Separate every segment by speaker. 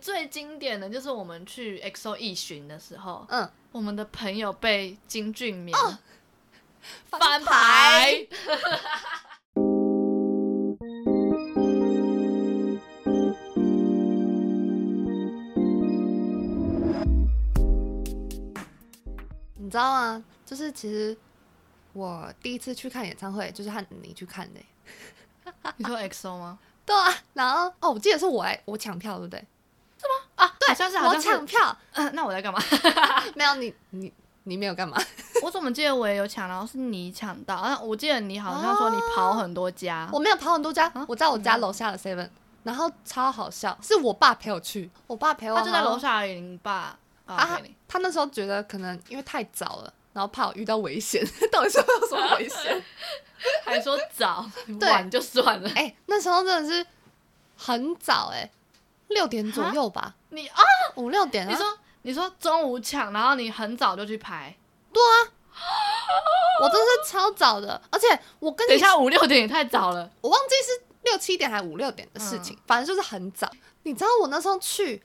Speaker 1: 最经典的就是我们去 XO 一巡的时候，
Speaker 2: 嗯，哦
Speaker 1: 我们的朋友被金俊明翻
Speaker 2: 翻
Speaker 1: 牌
Speaker 2: 牌。你知道吗？就是其实我第一次去看演唱会，就是和你去看的耶。
Speaker 1: 你说 XO 吗？
Speaker 2: 对啊，然后哦，我记得是我哎，我抢票对不对？
Speaker 1: 啊，对，好像是好
Speaker 2: 我
Speaker 1: 像
Speaker 2: 抢
Speaker 1: 是。
Speaker 2: 票，
Speaker 1: 嗯，那我 在干嘛？
Speaker 2: 没有你你你没有干嘛？
Speaker 1: 我怎么记得我也有抢，然后是你抢到。啊，我记得你好像说你跑很多家。
Speaker 2: 我没有跑很多家
Speaker 1: 啊，
Speaker 2: 我在我家楼下的 Seven，然后超好笑，嗯是我爸陪我去，我爸陪我，
Speaker 1: 他就在楼，下而已，你爸啊
Speaker 2: 啊
Speaker 1: 陪你。
Speaker 2: 他那时候觉得可能因为太早了，然后怕我遇到危 险，到底是会有什么危险？
Speaker 1: 还说早
Speaker 2: 对
Speaker 1: 晚就算了。
Speaker 2: 哎、那时候真的是很早哎、六点左右吧，
Speaker 1: 你啊，
Speaker 2: 五六点、啊，
Speaker 1: 你说你说中午抢，然后你很早就去排，
Speaker 2: 啊 我真的是超早的，而且我跟
Speaker 1: 等一
Speaker 2: 你
Speaker 1: 下五六点也太早了。
Speaker 2: 我忘记是六七点还是五六点的事情，
Speaker 1: 嗯
Speaker 2: 反正就是很早。你知道我那时候去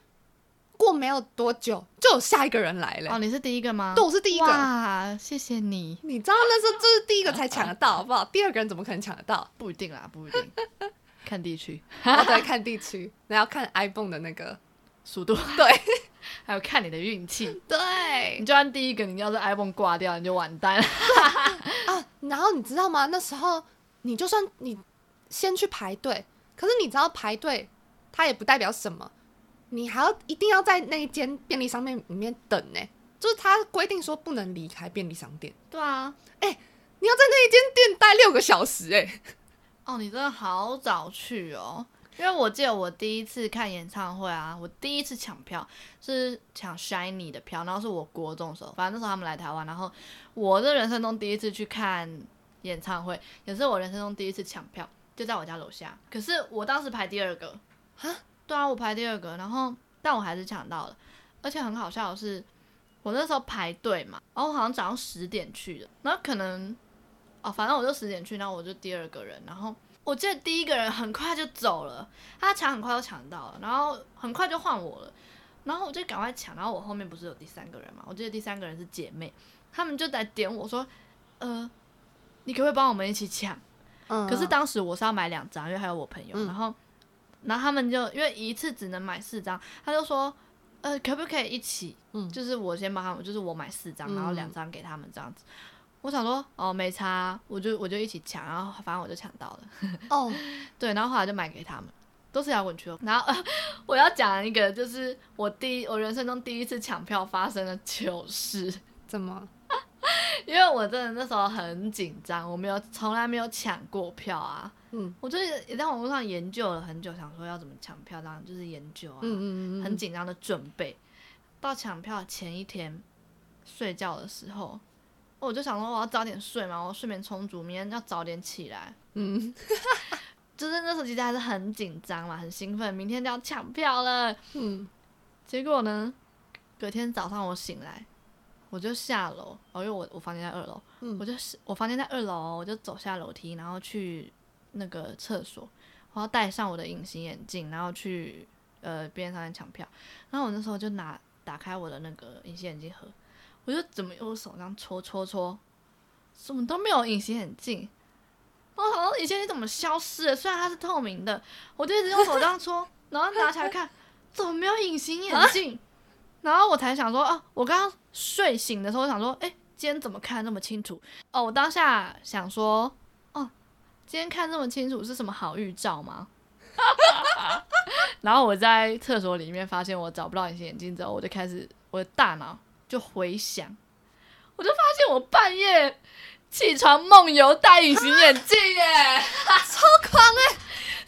Speaker 2: 过没有多久，就有下一个人来了、
Speaker 1: 哦，你是第一个吗？
Speaker 2: 对，我是第一个。
Speaker 1: 哇，谢谢你。
Speaker 2: 你知道那时候就是第一个才抢得 到，好不好？第二个人怎么可能抢得到？
Speaker 1: 不一定啦，不一定， 看地区、
Speaker 2: 然后都在看地区，然后看 iPhone 的那个，
Speaker 1: 速度，
Speaker 2: 对
Speaker 1: 还有看你的运气。
Speaker 2: 对
Speaker 1: 你就按第一个，你要是 iPhone 挂掉，你就完蛋了。
Speaker 2: 啊。然后你知道吗？那时候你就算你先去排队，可是你知道排队它也不代表什么，你还要一定要在那一间便利商店里面等呢、就是它规定说不能离开便利商店，
Speaker 1: 对啊，
Speaker 2: 你要在那一间店待六个小时哎、
Speaker 1: 哦，你真的好早去哦。因为我记得我第一次看演唱会啊，我第一次抢票是抢 Shiny 的票，然后是我国中的时候，反正那时候他们来台湾，然后我的人生中第一次去看演唱会，也是我人生中第一次抢票，就在我家楼下。可是我当时排第二个，
Speaker 2: 啊，
Speaker 1: 对啊，我排第二个，然后但我还是抢到了，而且很好笑的是，我那时候排队嘛，然后我好像早上十点去的，然后可能哦，反正我就十点去，然后我就第二个人，然后我记得第一个人很快就走了，他抢很快就抢到了，然后很快就换我了，然后我就赶快抢，然后我后面不是有第三个人嘛，我记得第三个人是姐妹，她们就来点我说，呃，你可不可以帮我们一起抢？
Speaker 2: 嗯
Speaker 1: 可是当时我是要买两张，因为还有我朋友，
Speaker 2: 嗯
Speaker 1: 然后然后他们就因为一次只能买四张，他就说，呃，可不可以一起？
Speaker 2: 嗯
Speaker 1: 就是我先帮他们，就是我买四张，
Speaker 2: 嗯
Speaker 1: 然后两张给他们这样子。我想说，哦，没差，我就我就一起抢，然后反正我就抢到了，
Speaker 2: 哦，
Speaker 1: 对，然后后来就买给他们。都是摇滚区哦，然后、呃、我要讲一个，就是我第一我人生中第一次抢票发生的糗事。
Speaker 2: 怎么？
Speaker 1: 因为我真的那时候很紧张，我没有从来没有抢过票啊。
Speaker 2: 嗯
Speaker 1: 我就是也在网络上研究了很久，想说要怎么抢票，当然就是研究啊，
Speaker 2: 嗯嗯嗯嗯，
Speaker 1: 很紧张的准备。到抢票前一天睡觉的时候，哦我就想说我要早点睡嘛，我睡眠充足，明天要早点起来。
Speaker 2: 嗯，
Speaker 1: 就是那时候其实还是很紧张嘛，很兴奋，明天就要抢票了。
Speaker 2: 嗯，
Speaker 1: 结果呢，隔天早上我醒来，我就下楼，哦，因为我我房间在二楼，
Speaker 2: 嗯
Speaker 1: 我就是我房间在二楼哦，我就走下楼梯，然后去那个厕所，我要戴上我的隐形眼镜，然后去呃边上抢票，然后我那时候就拿打开我的那个隐形眼镜盒，我就怎么用手这样戳戳戳，怎么都没有隐形眼镜。然后我想说隐形眼镜怎么消失了？虽然它是透明的，我就一直用手这样戳，然后拿起来看，怎么没有隐形眼镜？然后我才想说，啊，我刚刚睡醒的时候，我想说，哎，今天怎么看那么清楚？哦，我当下想说，哦，今天看这么清楚是什么好预兆吗？ 然后我在厕所里面发现我找不到隐形眼镜之后，我就开始我的大脑就回想，我就发现我半夜起床梦游戴隐形眼镜耶， 欸
Speaker 2: 超狂哎、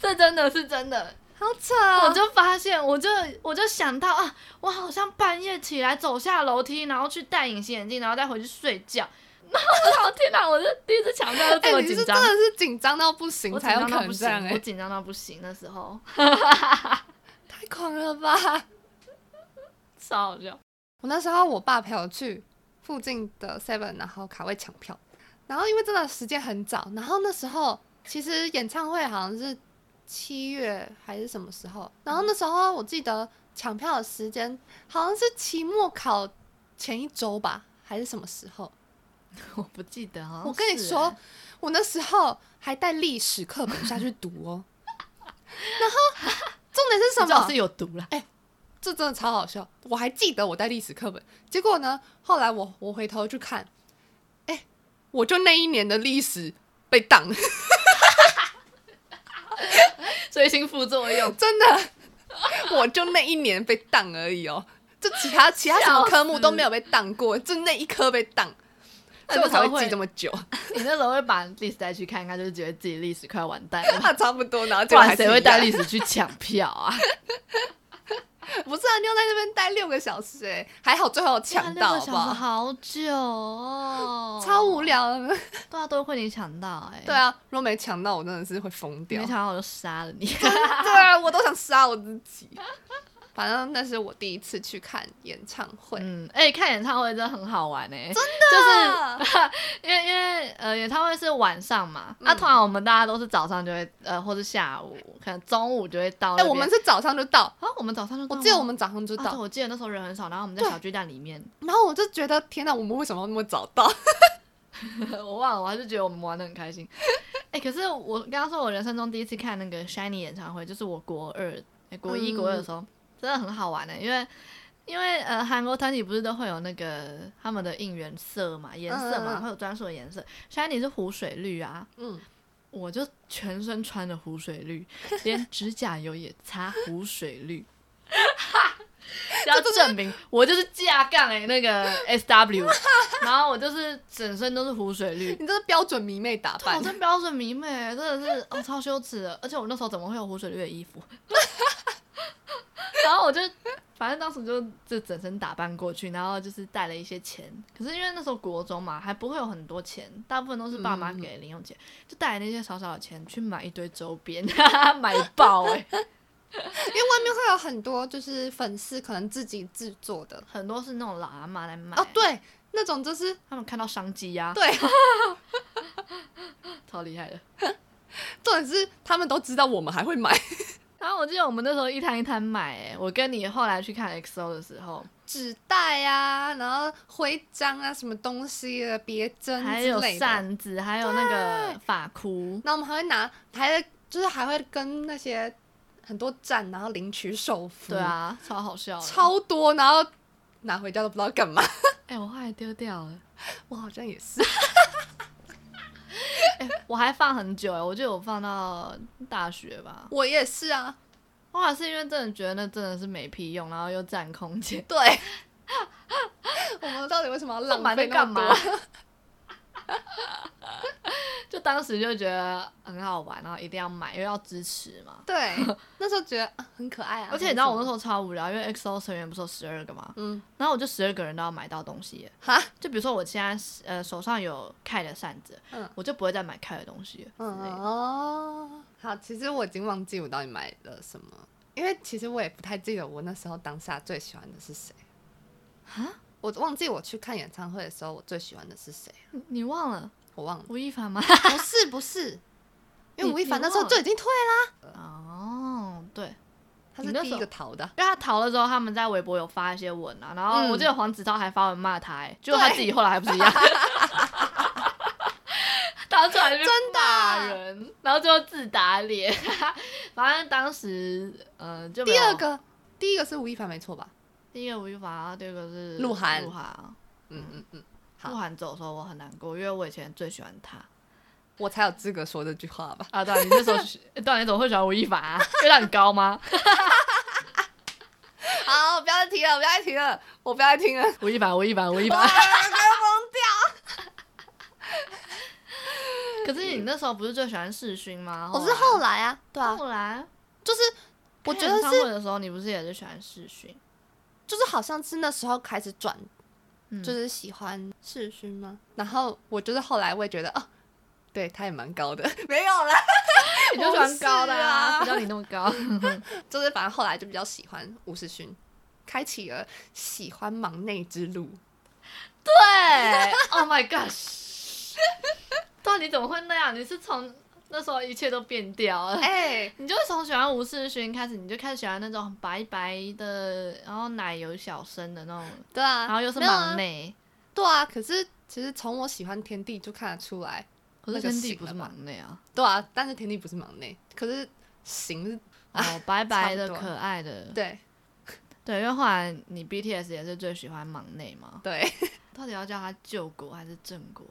Speaker 1: 这真的是真的，
Speaker 2: 好扯
Speaker 1: 我
Speaker 2: 哦、
Speaker 1: 就发现，我就我就想到啊，我好像半夜起来走下楼梯，然后去戴隐形眼镜，然后再回去睡觉。 然后天哪，我这第一次抢票就这
Speaker 2: 哎、
Speaker 1: 么
Speaker 2: 你
Speaker 1: 紧
Speaker 2: 是真
Speaker 1: 张，
Speaker 2: 的是紧张到不行
Speaker 1: 我紧
Speaker 2: 才有
Speaker 1: 张
Speaker 2: 可
Speaker 1: 到不
Speaker 2: 能这样
Speaker 1: 行，
Speaker 2: 哎、
Speaker 1: 我紧张到不行，那时候
Speaker 2: 太狂了吧！
Speaker 1: 超好笑。
Speaker 2: 我那时候我爸陪我去附近的 Seven，然后卡位抢票，然后因为真的时间很早，然后那时候其实演唱会好像是七月还是什么时候，然后那时候我记得抢票的时间好像是期末考前一周吧，还是什么时候？
Speaker 1: 我不记得好像
Speaker 2: 我跟你
Speaker 1: 是
Speaker 2: 说
Speaker 1: 欸，
Speaker 2: 我那时候还带历史课本下去读哦。然后重点是什
Speaker 1: 至少
Speaker 2: 么
Speaker 1: 是？有毒啦。
Speaker 2: 这真的超好笑。我还记得我带历史课本，结果呢，后来我我回头去看，哎、我就那一年的历史被挡了，，
Speaker 1: 最新副作用
Speaker 2: 真的， 我就那一年被挡而已哦。就其他其他什么科目都没有被挡过，就那一科被挡，
Speaker 1: 那你
Speaker 2: 所以我才
Speaker 1: 那时候
Speaker 2: 会
Speaker 1: 会
Speaker 2: 记这么久。
Speaker 1: 你那时候会把历史带去看看，就是觉得自己历史快完蛋了，
Speaker 2: 那差不多，然后
Speaker 1: 不
Speaker 2: 就
Speaker 1: 然谁会带
Speaker 2: 历？
Speaker 1: 历史去抢票 啊？
Speaker 2: 不是啊，你又在那边待六个小时、哎，还好最后有抢
Speaker 1: 对啊
Speaker 2: 到，
Speaker 1: 六
Speaker 2: 好
Speaker 1: 个
Speaker 2: 不
Speaker 1: 小时
Speaker 2: 好？
Speaker 1: 好久、哦，
Speaker 2: 超无聊的。
Speaker 1: 对啊，都会你抢到哎、
Speaker 2: 对啊，如果没抢到，我真的是会疯
Speaker 1: 没
Speaker 2: 掉。
Speaker 1: 抢到我就杀了你。
Speaker 2: 对啊，我都想杀我自己。反正那是我第一次去看演唱会，
Speaker 1: 嗯，哎、看演唱会真的很好玩哎、
Speaker 2: 就是
Speaker 1: 因为因为呃，演唱会是晚上嘛，那、
Speaker 2: 嗯
Speaker 1: 通常我们大家都是早上就会呃，或是下午，可能中午就会到那
Speaker 2: 哎、
Speaker 1: 边。
Speaker 2: 我们是早上就到，
Speaker 1: 啊，我们早上就到
Speaker 2: 我
Speaker 1: 吗
Speaker 2: 记得我们早上就
Speaker 1: 啊对
Speaker 2: 到，
Speaker 1: 我记得那时候人很少，然后我们在
Speaker 2: 对
Speaker 1: 小巨蛋里面，
Speaker 2: 然后我就觉得天哪，我们为什么要那么早到？
Speaker 1: 我忘了，我还是觉得我们玩的很开心。 哎、可是我刚刚说，我人生中第一次看那个 Shiny 演唱会，就是我国二、哎国一、
Speaker 2: 嗯
Speaker 1: 国二的时候，真的很好玩呢、欸因为因为呃，韩国团体不是都会有那个他们的应援色嘛、颜色嘛，
Speaker 2: 嗯嗯嗯
Speaker 1: 会有专属的颜色。Shiny 是湖水绿啊，
Speaker 2: 嗯，
Speaker 1: 我就全身穿着湖水绿，连指甲油也擦湖水 绿。是要证明我就是架杠哎、那个 S W，然后我就是整身都是湖水绿，
Speaker 2: 你这是标准迷妹打
Speaker 1: 对我
Speaker 2: 扮，
Speaker 1: 真标准迷妹，真的是哦超羞耻的。而且我那时候怎么会有湖水绿的衣服？ 然后我就反正当时就就整身打扮过去，然后就是带了一些钱。可是因为那时候国中嘛，还不会有很多钱，大部分都是爸妈
Speaker 2: 嗯
Speaker 1: 给零用钱，就带了那些少少的钱去买一堆周边， 买爆哎、
Speaker 2: 因为外面会有很多就是粉丝可能自己制作的
Speaker 1: 很多是那种老阿妈来买，
Speaker 2: 哦，对，那种就是
Speaker 1: 他们看到商机呀、
Speaker 2: 对，
Speaker 1: 超厉害的。
Speaker 2: 重点是他们都知道我们还会买，
Speaker 1: 然后我记得我们那时候一摊一摊买、欸，我跟你后来去看 XO 的时候，
Speaker 2: 纸袋啊，然后徽章啊，什么东西的别针
Speaker 1: 还
Speaker 2: 之
Speaker 1: 有
Speaker 2: 类的。
Speaker 1: 扇子，还有那个发箍，
Speaker 2: 那我们还会拿，还就是还会跟那些很多站，然后领取手幅，
Speaker 1: 对，啊，超好笑的。
Speaker 2: 超多，然后拿回家都不知道干嘛。
Speaker 1: 哎、我后来丢掉了，
Speaker 2: 我好像也是，
Speaker 1: 哎、我还放很久、哎，我记得我放到大学吧。
Speaker 2: 我也是啊，
Speaker 1: 后来是因为真的觉得那真的是没屁用，然后又占空间，
Speaker 2: 对。我们到底为什么要
Speaker 1: 浪
Speaker 2: 浪
Speaker 1: 买
Speaker 2: 费
Speaker 1: 在
Speaker 2: 那
Speaker 1: 干
Speaker 2: 么
Speaker 1: 嘛
Speaker 2: 多？？
Speaker 1: 就当时就觉得很好玩，然后一定要买，因为要支持嘛。
Speaker 2: 对，那时候觉得、啊很可爱啊。
Speaker 1: 而且你知道我那时
Speaker 2: 候，
Speaker 1: 候超无聊，因为 XO 成员不是有十二个嘛，
Speaker 2: 嗯，
Speaker 1: 然后我就十二个人都要买到东西耶。
Speaker 2: 哈，
Speaker 1: 就比如说我现在是呃手上有凯的扇子，
Speaker 2: 嗯
Speaker 1: 我就不会再买凯的东西了之类的。
Speaker 2: 嗯哦，好，其实我已经忘记我到底买了什么，因为其实我也不太记得我那时候当下最喜欢的是谁。
Speaker 1: 啊，
Speaker 2: 我忘记我去看演唱会的时候，我最喜欢的是谁，
Speaker 1: 你你忘了
Speaker 2: 我忘了。
Speaker 1: 吴亦凡吗？
Speaker 2: 不是不是，因为
Speaker 1: 你
Speaker 2: 吴亦凡
Speaker 1: 你
Speaker 2: 那时候
Speaker 1: 忘
Speaker 2: 就已经退了，
Speaker 1: 哦，对，因
Speaker 2: 他
Speaker 1: 你
Speaker 2: 是
Speaker 1: 那
Speaker 2: 第
Speaker 1: 时
Speaker 2: 一
Speaker 1: 候
Speaker 2: 个逃的。
Speaker 1: 为他逃了之后，他们在微博有发一些文啊，然后
Speaker 2: 嗯
Speaker 1: 我记得黄子韬还发文骂他、欸，结果他自己后来还不是一 样，他出来就
Speaker 2: 真的啊
Speaker 1: 骂人，然后最后自打脸，反正当时嗯、呃就没
Speaker 2: 第
Speaker 1: 有
Speaker 2: 二个，第一个是吴亦凡没错吧？
Speaker 1: 第一个吴亦凡，然后第二个是
Speaker 2: 鹿晗
Speaker 1: 鹿晗，
Speaker 2: 嗯嗯嗯，好
Speaker 1: 鹿晗走的时候我很难过，因为我以前最喜欢他。
Speaker 2: 我才有资格说这句话吧？
Speaker 1: 啊，对啊，你那时候喜， 对啊，你怎么会喜欢吴亦凡、啊？因为他很高吗？
Speaker 2: 好，不要再提了，不要再提了，我不要再听了，
Speaker 1: 吴亦凡，吴亦凡，吴亦凡
Speaker 2: 啊。疯
Speaker 1: 可是你那时候不是最喜欢世勋吗？
Speaker 2: 掉！我是后来啊，对啊，
Speaker 1: 后来，
Speaker 2: 就是我觉
Speaker 1: 开
Speaker 2: 得
Speaker 1: 演唱
Speaker 2: 是，
Speaker 1: 会的时候，你不是也是喜欢世勋？
Speaker 2: 就是好像是那时候开始转，
Speaker 1: 嗯
Speaker 2: 就是喜欢世勋吗？然后我就是后来我也觉得，哦，对，他也蛮高的， 没有啦，
Speaker 1: 你就喜欢高的
Speaker 2: 我
Speaker 1: 啊，不
Speaker 2: 不是
Speaker 1: 像你那么 高。
Speaker 2: 就是反正后来就比较喜欢吴世勋，开启了喜欢忙内之路。
Speaker 1: 对，Oh my gosh！对啊，你怎么会那样？你是从那时候一切都变掉了。
Speaker 2: 哎、
Speaker 1: 你就从喜欢吴世勋开始，你就开始喜欢那种白白的，然后奶油小生的那种，
Speaker 2: 对啊，
Speaker 1: 然后又是
Speaker 2: 没有
Speaker 1: 忙
Speaker 2: 啊，
Speaker 1: 内，
Speaker 2: 对啊。可是其实从我喜欢天地就看得出来，
Speaker 1: 可是
Speaker 2: 那就
Speaker 1: 天地
Speaker 2: 醒
Speaker 1: 不是
Speaker 2: 了吧
Speaker 1: 忙内啊，
Speaker 2: 对啊。但是天地不是忙内，可是行是，
Speaker 1: 哦，白白的
Speaker 2: 啊差不多
Speaker 1: 可爱的，
Speaker 2: 对
Speaker 1: 对，因为后来你 BTS 也是最喜欢忙内嘛，
Speaker 2: 对。
Speaker 1: 到底要叫他救国还是正国？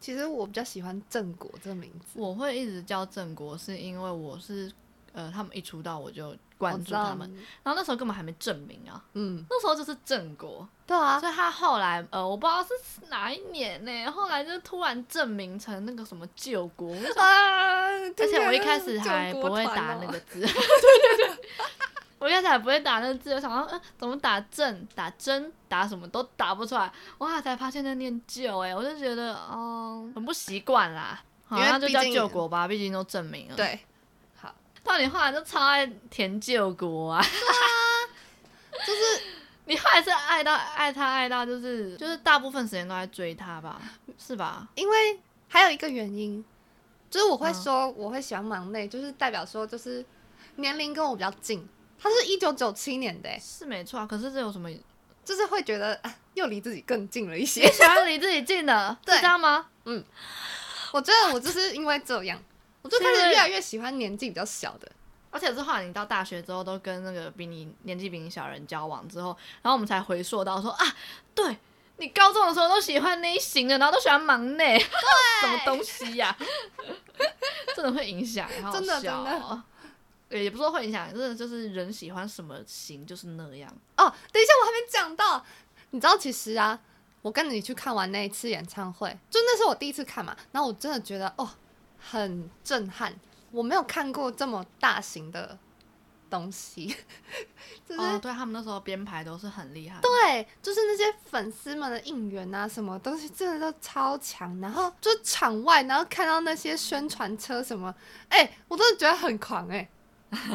Speaker 2: 其实我比较喜欢正果这个名字，
Speaker 1: 我会一直叫正国，是因为我是呃，他们一出道我就关
Speaker 2: 我知
Speaker 1: 注
Speaker 2: 道
Speaker 1: 他们，，然后那时候根本还没证明啊，
Speaker 2: 嗯，
Speaker 1: 那时候就是正国，
Speaker 2: 对啊，
Speaker 1: 所以他后来呃，我不知道是哪一年呢、后来就突然证明成那个什么救国，我就想
Speaker 2: 啊！
Speaker 1: 而
Speaker 2: 听起
Speaker 1: 且
Speaker 2: 来
Speaker 1: 我一
Speaker 2: 真
Speaker 1: 开
Speaker 2: 的
Speaker 1: 始
Speaker 2: 是
Speaker 1: 还
Speaker 2: 救
Speaker 1: 不
Speaker 2: 国
Speaker 1: 会
Speaker 2: 团
Speaker 1: 打
Speaker 2: 哦
Speaker 1: 那 个字，对对 对，我一开始还不会打那个字，我想说，嗯，怎么打正、打真、打什么都打不出来，哇，才发现在念旧，哎，我就觉得，嗯，很不习惯啦。好，
Speaker 2: 因为
Speaker 1: 那就
Speaker 2: 毕
Speaker 1: 叫
Speaker 2: 竟
Speaker 1: 救国吧，毕竟都证明了。，
Speaker 2: 对，好，
Speaker 1: 到你后来就超爱填救国啊，
Speaker 2: 啊 就是
Speaker 1: 你后来是爱到爱他爱到就是就是大部分时间都在追他吧，是吧？
Speaker 2: 因为还有一个原因，就是我会
Speaker 1: 嗯
Speaker 2: 说我会喜欢忙内，就是代表说就是年龄跟我比较近，他是一九九七年的欸，
Speaker 1: 是没错啊，可是这有什 么？你
Speaker 2: 就是会觉得啊，又离自己更近了一些。
Speaker 1: 喜欢离自己近的，是
Speaker 2: 对
Speaker 1: 这样吗？
Speaker 2: 我觉得我就是因为这样，我就开
Speaker 1: 是
Speaker 2: 始越来越喜欢年纪比较小的。
Speaker 1: 而且是后来你到大学之后，都跟那个比你年纪比你小的人交往之后，然后我们才回溯到说啊，对你高中的时候都喜欢那一型的，然后都喜欢忙内， 什么东西呀、 真的会影响，好好
Speaker 2: 真的
Speaker 1: 笑
Speaker 2: 真
Speaker 1: 哦对也不是说会影响，真的就是人喜欢什么型就是那样。
Speaker 2: 哦，等一下，我还没讲到。你知道，其实啊，我跟你去看完那一次演唱会，就那是我第一次看嘛，然后我真的觉得哦，很震撼，我没有看过这么大型的东西， 就是、
Speaker 1: 哦，对他们那时候编排都是很厉害的。
Speaker 2: 对，就是那些粉丝们的应援啊，什么东西真的都超强。然后就是场外，然后看到那些宣传车什么，哎、我真的觉得很狂哎、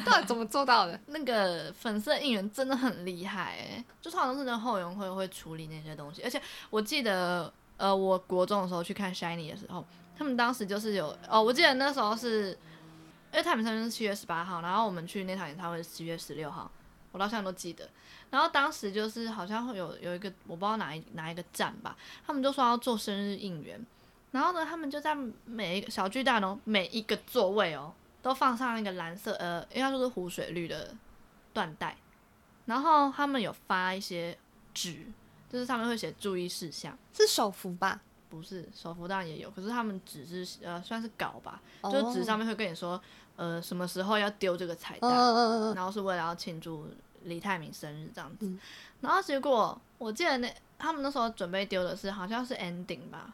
Speaker 2: 到底怎么 做到的？
Speaker 1: 那个粉色应援真的很厉害、欸，就是好像是那后援会会处理那些东西，而且我记得，呃，我国中的时候去看 Shiny 的时候，他们当时就是有，哦，我记得那时候是，呃因为他们生日是七月十八号，然后我们去那场演唱会是七月十六号，我到现在都记得。然后当时就是好像会有有一个我不知道哪一哪一个站吧，他们就说要做生日应援，然后呢，他们就在每一个小巨蛋哦，每一个座位哦，都放上一个蓝色呃，应该说是湖水绿的缎带，然后他们有发一些纸，就是上面会写注意事项，
Speaker 2: 是手幅吧？
Speaker 1: 不是手幅当然也有，可是他们只是呃算是稿吧，
Speaker 2: 哦
Speaker 1: 就纸上面会跟你说呃什么时候要丢这个彩
Speaker 2: 嗯
Speaker 1: 蛋，
Speaker 2: 嗯嗯嗯嗯，
Speaker 1: 然后是为了要庆祝李泰民生日这样子。
Speaker 2: 嗯
Speaker 1: 然后结果我记得那他们那时候准备丢的是好像是 ending 吧，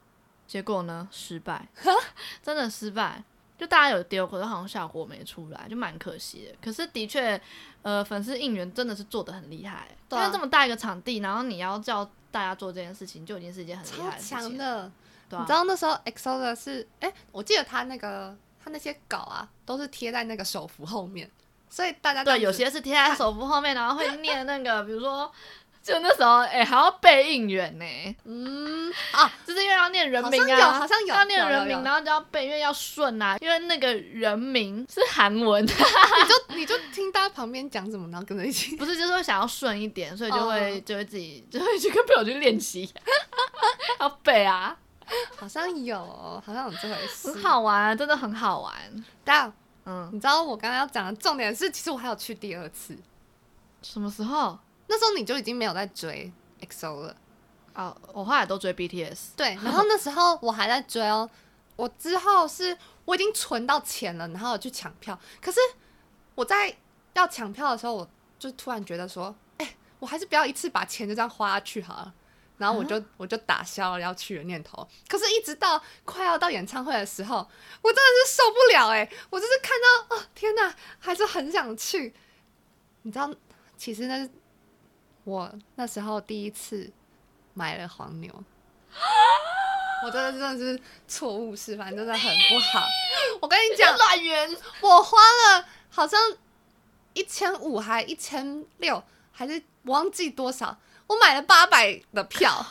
Speaker 1: 结果呢失败， 真的失败。就大家有丢，可是好像效果没出来，就蛮可惜的。可是的确，呃，粉丝应援真的是做的很厉害，
Speaker 2: 对啊
Speaker 1: 因为这么大一个场地，然后你要叫大家做这件事情，就已经是一件很厉
Speaker 2: 超
Speaker 1: 害的事
Speaker 2: 强
Speaker 1: 情了。
Speaker 2: 的。
Speaker 1: 对
Speaker 2: 你
Speaker 1: 啊
Speaker 2: 知，道那时候 EXO 的是，哎、我记得他那个他那些稿啊，都是贴在那个手幅后面，所以大家这
Speaker 1: 对，
Speaker 2: 样子
Speaker 1: 有些是贴在手幅后面，然后会念那个，比如说， 就那时候，哎、还要背应援呢、
Speaker 2: 嗯啊，
Speaker 1: 就是因为要念人名
Speaker 2: 好像有
Speaker 1: 啊，
Speaker 2: 好像有
Speaker 1: 要念人
Speaker 2: 有
Speaker 1: 名
Speaker 2: 有，有
Speaker 1: 然后就要背，因为要顺啊，因为那个人名是韩文，
Speaker 2: 你就你就听大家旁边讲什么，然后跟着一起。
Speaker 1: 不是就是会想要顺一点，所以就会、
Speaker 2: 哦
Speaker 1: 就会自己 就会去跟朋友去练习， 要背啊，
Speaker 2: 好像有，哦好像有这回事。
Speaker 1: 很，好玩，真的很好玩。
Speaker 2: 但
Speaker 1: 嗯，
Speaker 2: 你知道我刚刚要讲的重点是，其实我还有去第二次，
Speaker 1: 什么时候？
Speaker 2: 那时候你就已经没有在追 EXO 了。
Speaker 1: 哦，我后来都追 BTS，
Speaker 2: 对，然后那时候我还在追哦，我之后是我已经存到钱了，然后我去抢票。可是我在要抢票的时候，我就突然觉得说，哎、我还是不要一次把钱就这样花下去好了。然后我就、我就打消了要去的念头。可是，一直到快要到演唱会的时候，我真的是受不了哎、我就是看到，哦天哪，还是很想去。你知道，其实那是我那时候第一次买了黄牛。我真的真的是错误示范，真的很不好。我跟你讲
Speaker 1: 讲，乱源
Speaker 2: 我花了好像一千五还一千六，还是我忘记多少，我买了八百的 票，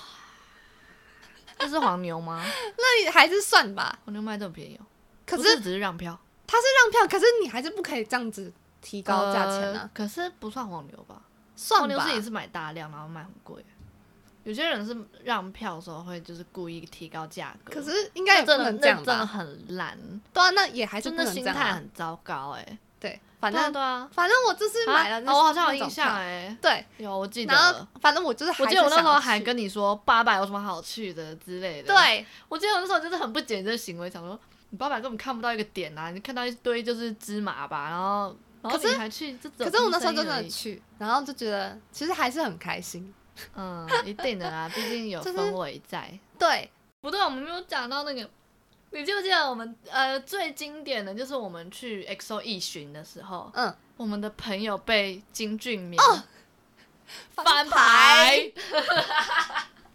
Speaker 1: 这是黄牛吗？
Speaker 2: 那你还是算吧。
Speaker 1: 黄牛卖这么便宜哦？
Speaker 2: 可
Speaker 1: 不
Speaker 2: 是
Speaker 1: 只是让票，
Speaker 2: 它是让票，可是你还是不可以这样子提高价钱
Speaker 1: 呃
Speaker 2: 啊，
Speaker 1: 可是不算黄牛吧？
Speaker 2: 算
Speaker 1: 黄牛
Speaker 2: 吧
Speaker 1: 是。也是买大量，然后卖很贵。有些人是让票的时候会就是故意提高价格，
Speaker 2: 可是应该也
Speaker 1: 那
Speaker 2: 不
Speaker 1: 真的
Speaker 2: 能这样
Speaker 1: 那真的
Speaker 2: 吧？
Speaker 1: 很烂，
Speaker 2: 对啊，那也还是
Speaker 1: 真
Speaker 2: 不
Speaker 1: 的
Speaker 2: 能这
Speaker 1: 心
Speaker 2: 样
Speaker 1: 态
Speaker 2: 啊。
Speaker 1: 很糟糕哎、欸。
Speaker 2: 对，反
Speaker 1: 对啊
Speaker 2: 正
Speaker 1: 对啊，
Speaker 2: 反正我这次买了
Speaker 1: 啊
Speaker 2: 那，
Speaker 1: 哦我好像
Speaker 2: 那
Speaker 1: 有
Speaker 2: 种
Speaker 1: 印象
Speaker 2: 票
Speaker 1: 哎、欸，
Speaker 2: 对，
Speaker 1: 有我记得
Speaker 2: 然后
Speaker 1: 了。
Speaker 2: 反正我就是还是
Speaker 1: 我
Speaker 2: 想
Speaker 1: 记得
Speaker 2: 去，
Speaker 1: 我那时候还跟你说八百有什么好去的之类的。，
Speaker 2: 对，
Speaker 1: 我记得我那时候就是很不解这行为，想说你八百根本看不到一个点啊，你看到一堆就是芝麻吧，然后然后
Speaker 2: 可是
Speaker 1: 你还去这种。
Speaker 2: 可是我那时候真的
Speaker 1: 一
Speaker 2: 去，然后就觉得其实还是很开心。
Speaker 1: 嗯，一定的啦，毕竟有
Speaker 2: 就是
Speaker 1: 氛围在。
Speaker 2: 对，
Speaker 1: 不对，我们没有讲到那个，你记不记得我们呃最经典的就是我们去 XO 一巡的时候，
Speaker 2: 嗯，
Speaker 1: 我们的朋友被金俊明
Speaker 2: 哦
Speaker 1: 翻牌，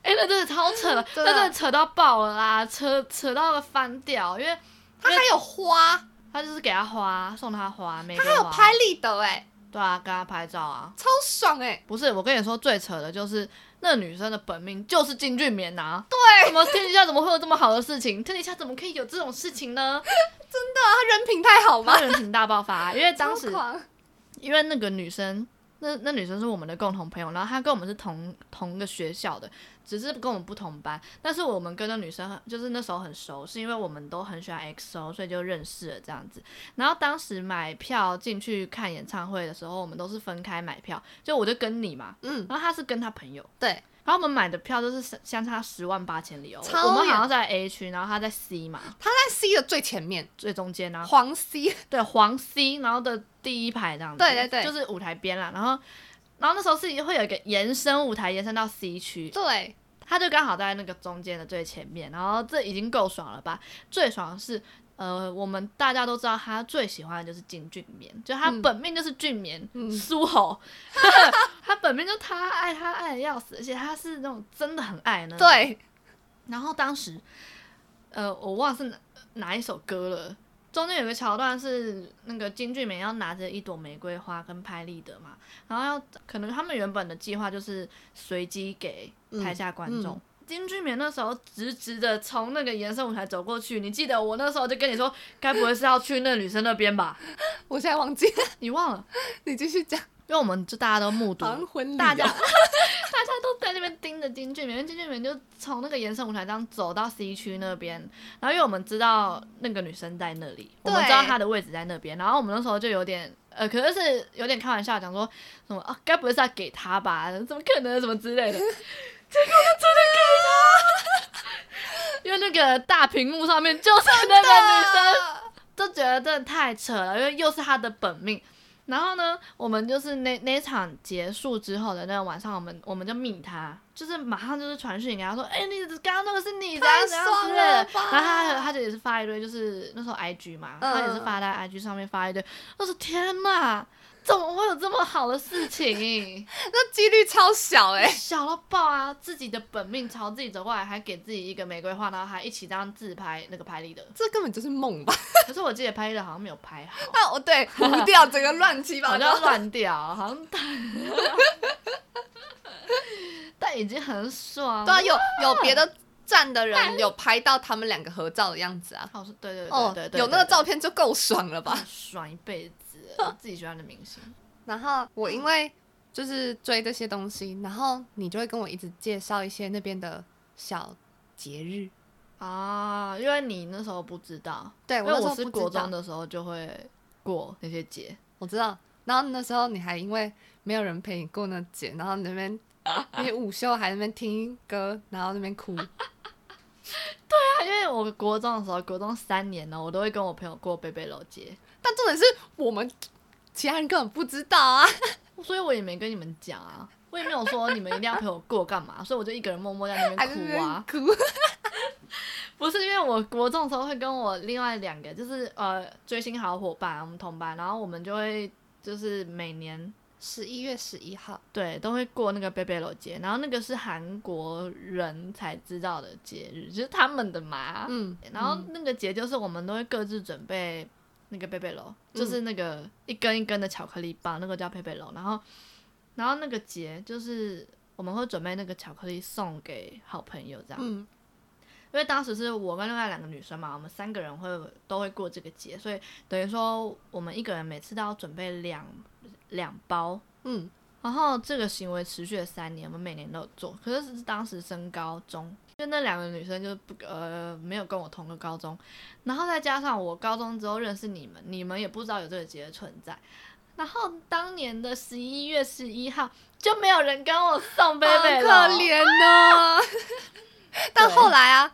Speaker 1: 哎、那真的超扯了，
Speaker 2: 真
Speaker 1: 那
Speaker 2: 的
Speaker 1: 真的扯到爆了啦，扯扯到了翻掉，因为
Speaker 2: 他还有花，
Speaker 1: 他就是给他花，送他花，玫
Speaker 2: 他
Speaker 1: 瑰
Speaker 2: 还有
Speaker 1: 花
Speaker 2: 拍立得、哎，
Speaker 1: 对啊，跟他拍照啊。
Speaker 2: 超爽哎、
Speaker 1: 不是，我跟你说最扯的就是那女生的本命就是金俊棉呐、对，怎么天底下怎么会有这么好的事情？天底下怎么可以有这种事情呢？
Speaker 2: 啊，他人品太好吗
Speaker 1: 他？人品大爆发、啊因为当
Speaker 2: 超
Speaker 1: 时
Speaker 2: 狂
Speaker 1: 因为那个女生，那那女生是我们的共同朋友，然后她跟我们是同同个学校的，只是跟我们不同班，但是我们跟那女生很就是那时候很熟，是因为我们都很喜欢 XO，所以就认识了这样子。然后当时买票进去看演唱会的时候，我们都是分开买票，就我就跟你嘛，
Speaker 2: 嗯，
Speaker 1: 然后她是跟她朋友。
Speaker 2: 对，
Speaker 1: 然后我们买的票就是相相差十万八千里哦，
Speaker 2: 超
Speaker 1: 我们
Speaker 2: 远
Speaker 1: 好像在 A 区，然后他在 C 嘛，
Speaker 2: 他在 C 的最前面，
Speaker 1: 最中间啊，
Speaker 2: 黄 C，
Speaker 1: 对，黄 C，然后的第一排这样子，
Speaker 2: 对对对
Speaker 1: 就是舞台边啦。然后，然后那时候是会有一个延伸舞台，延伸到 C 区，
Speaker 2: 对，
Speaker 1: 他就刚好在那个中间的最前面。然后这已经够爽了吧？最爽的是，呃，我们大家都知道他最喜欢的就是金俊棉，就他
Speaker 2: 嗯
Speaker 1: 本命就是俊棉、
Speaker 2: 嗯
Speaker 1: 苏吼， 他本命就他爱他爱的要死，而且他是那种真的很爱呢。
Speaker 2: 对，
Speaker 1: 然后当时，呃，我忘了是哪哪一首歌了。中间有个桥段是那个金俊美要拿着一朵玫瑰花跟拍立得嘛，然后要可能他们原本的计划就是随机给台下观众。
Speaker 2: 嗯
Speaker 1: 金俊美那时候直直的从那个延伸舞台走过去，你记得我那时候就跟你说，该不会是要去那女生那边吧？
Speaker 2: 我现在忘记了，
Speaker 1: 你忘了？
Speaker 2: 你继续讲，
Speaker 1: 因为我们就大家都目睹
Speaker 2: 好像婚礼哦，
Speaker 1: 大家大家都在那边盯着金俊明，因为金俊明就从那个延伸舞台这样走到 C 区那边，然后因为我们知道那个女生在那里，我们
Speaker 2: 对
Speaker 1: 知道她的位置在那边，然后我们那时候就有点。呃，可能是有点开玩笑，讲说什么啊，该不会是要给她吧？怎么可能？什么之类的。结果就真的给她，因为那个大屏幕上面就是那个女生，就觉得真的太扯了，因为又是他的本命。然后呢，我们就是那那一场结束之后的那个晚上，我们我们就密他，就是马上就是传讯给他说，哎、你刚刚那个是你的啊，
Speaker 2: 太
Speaker 1: 怎样之
Speaker 2: 爽
Speaker 1: 类
Speaker 2: 了
Speaker 1: 的。
Speaker 2: 吧
Speaker 1: 然后他他就也是发一堆，就是那时候 IG 嘛，
Speaker 2: 嗯
Speaker 1: 他也是发在 IG 上面发一堆。我说天哪，怎么会有这么好的事情？
Speaker 2: 那几率超小哎、
Speaker 1: 小到爆啊！自己的本命朝自己走过来，还给自己一个玫瑰花，然后还一起这样自拍那个拍立得。
Speaker 2: 这根本就是梦 吧？
Speaker 1: 可是我记得拍立得好像没有拍好。
Speaker 2: 那我对糊掉整个乱七八
Speaker 1: 啊好
Speaker 2: 糟
Speaker 1: 像，乱掉，好像 但但已经很爽。
Speaker 2: 对啊，有有别的站的人有拍到他们两个合照的样子啊，
Speaker 1: 好像对对
Speaker 2: 哦
Speaker 1: 对对，对，
Speaker 2: 有那个
Speaker 1: 对
Speaker 2: 照，片就够爽了吧
Speaker 1: 对？爽一辈子了，自己喜欢的明星。
Speaker 2: 然后我因为就是追这些东西，然后你就会跟我一直介绍一些那边的小节日。
Speaker 1: 啊，因为你那时候不知道，
Speaker 2: 对
Speaker 1: 因
Speaker 2: 我
Speaker 1: 为
Speaker 2: 那时
Speaker 1: 我
Speaker 2: 候
Speaker 1: 是
Speaker 2: 不
Speaker 1: 国
Speaker 2: 知道
Speaker 1: 中，的时候就会过那些节，
Speaker 2: 我知道。然后那时候你还因为没有人陪你过那节，然后你那边你午休还在那边听歌，然后那边 哭。
Speaker 1: 对啊，因为我国中的时候，国中三年呢，我都会跟我朋友过贝贝楼节，
Speaker 2: 但重点是我们其他人根本不知道啊。
Speaker 1: 所以我也没跟你们讲啊，我也没有说你们一定要陪我过干嘛，所以我就一个人默默在那
Speaker 2: 还在那
Speaker 1: 边
Speaker 2: 边
Speaker 1: 哭啊。
Speaker 2: 哭，
Speaker 1: 不是因为我国中的时候会跟我另外两个就是呃追星好伙伴，我们同班，然后我们就会就是每年
Speaker 2: 十一月十一号，
Speaker 1: 对都会过那个贝贝楼节，然后那个是韩国人才知道的节日，就是他们的嘛。
Speaker 2: 嗯，
Speaker 1: 然后那个节就是我们都会各自准备那个贝贝楼，就是那个一根一根的巧克力棒，那个叫贝贝楼。然后然后那个节就是我们会准备那个巧克力送给好朋友这样。
Speaker 2: 嗯，
Speaker 1: 因为当时是我跟另外两个女生嘛，我们三个人会都会过这个节，所以等于说我们一个人每次都要准备两两包。
Speaker 2: 嗯，
Speaker 1: 然后这个行为持续了三年，我们每年都有做。可是是当时升高中，就那两个女生就不呃没有跟我同个高中，然后再加上我高中之后认识你们，你们也不知道有这个节的存在。然后当年的十一月十一号就没有人跟我送贝
Speaker 2: 好
Speaker 1: 贝
Speaker 2: 可
Speaker 1: 了，
Speaker 2: 怜哦。 但后来啊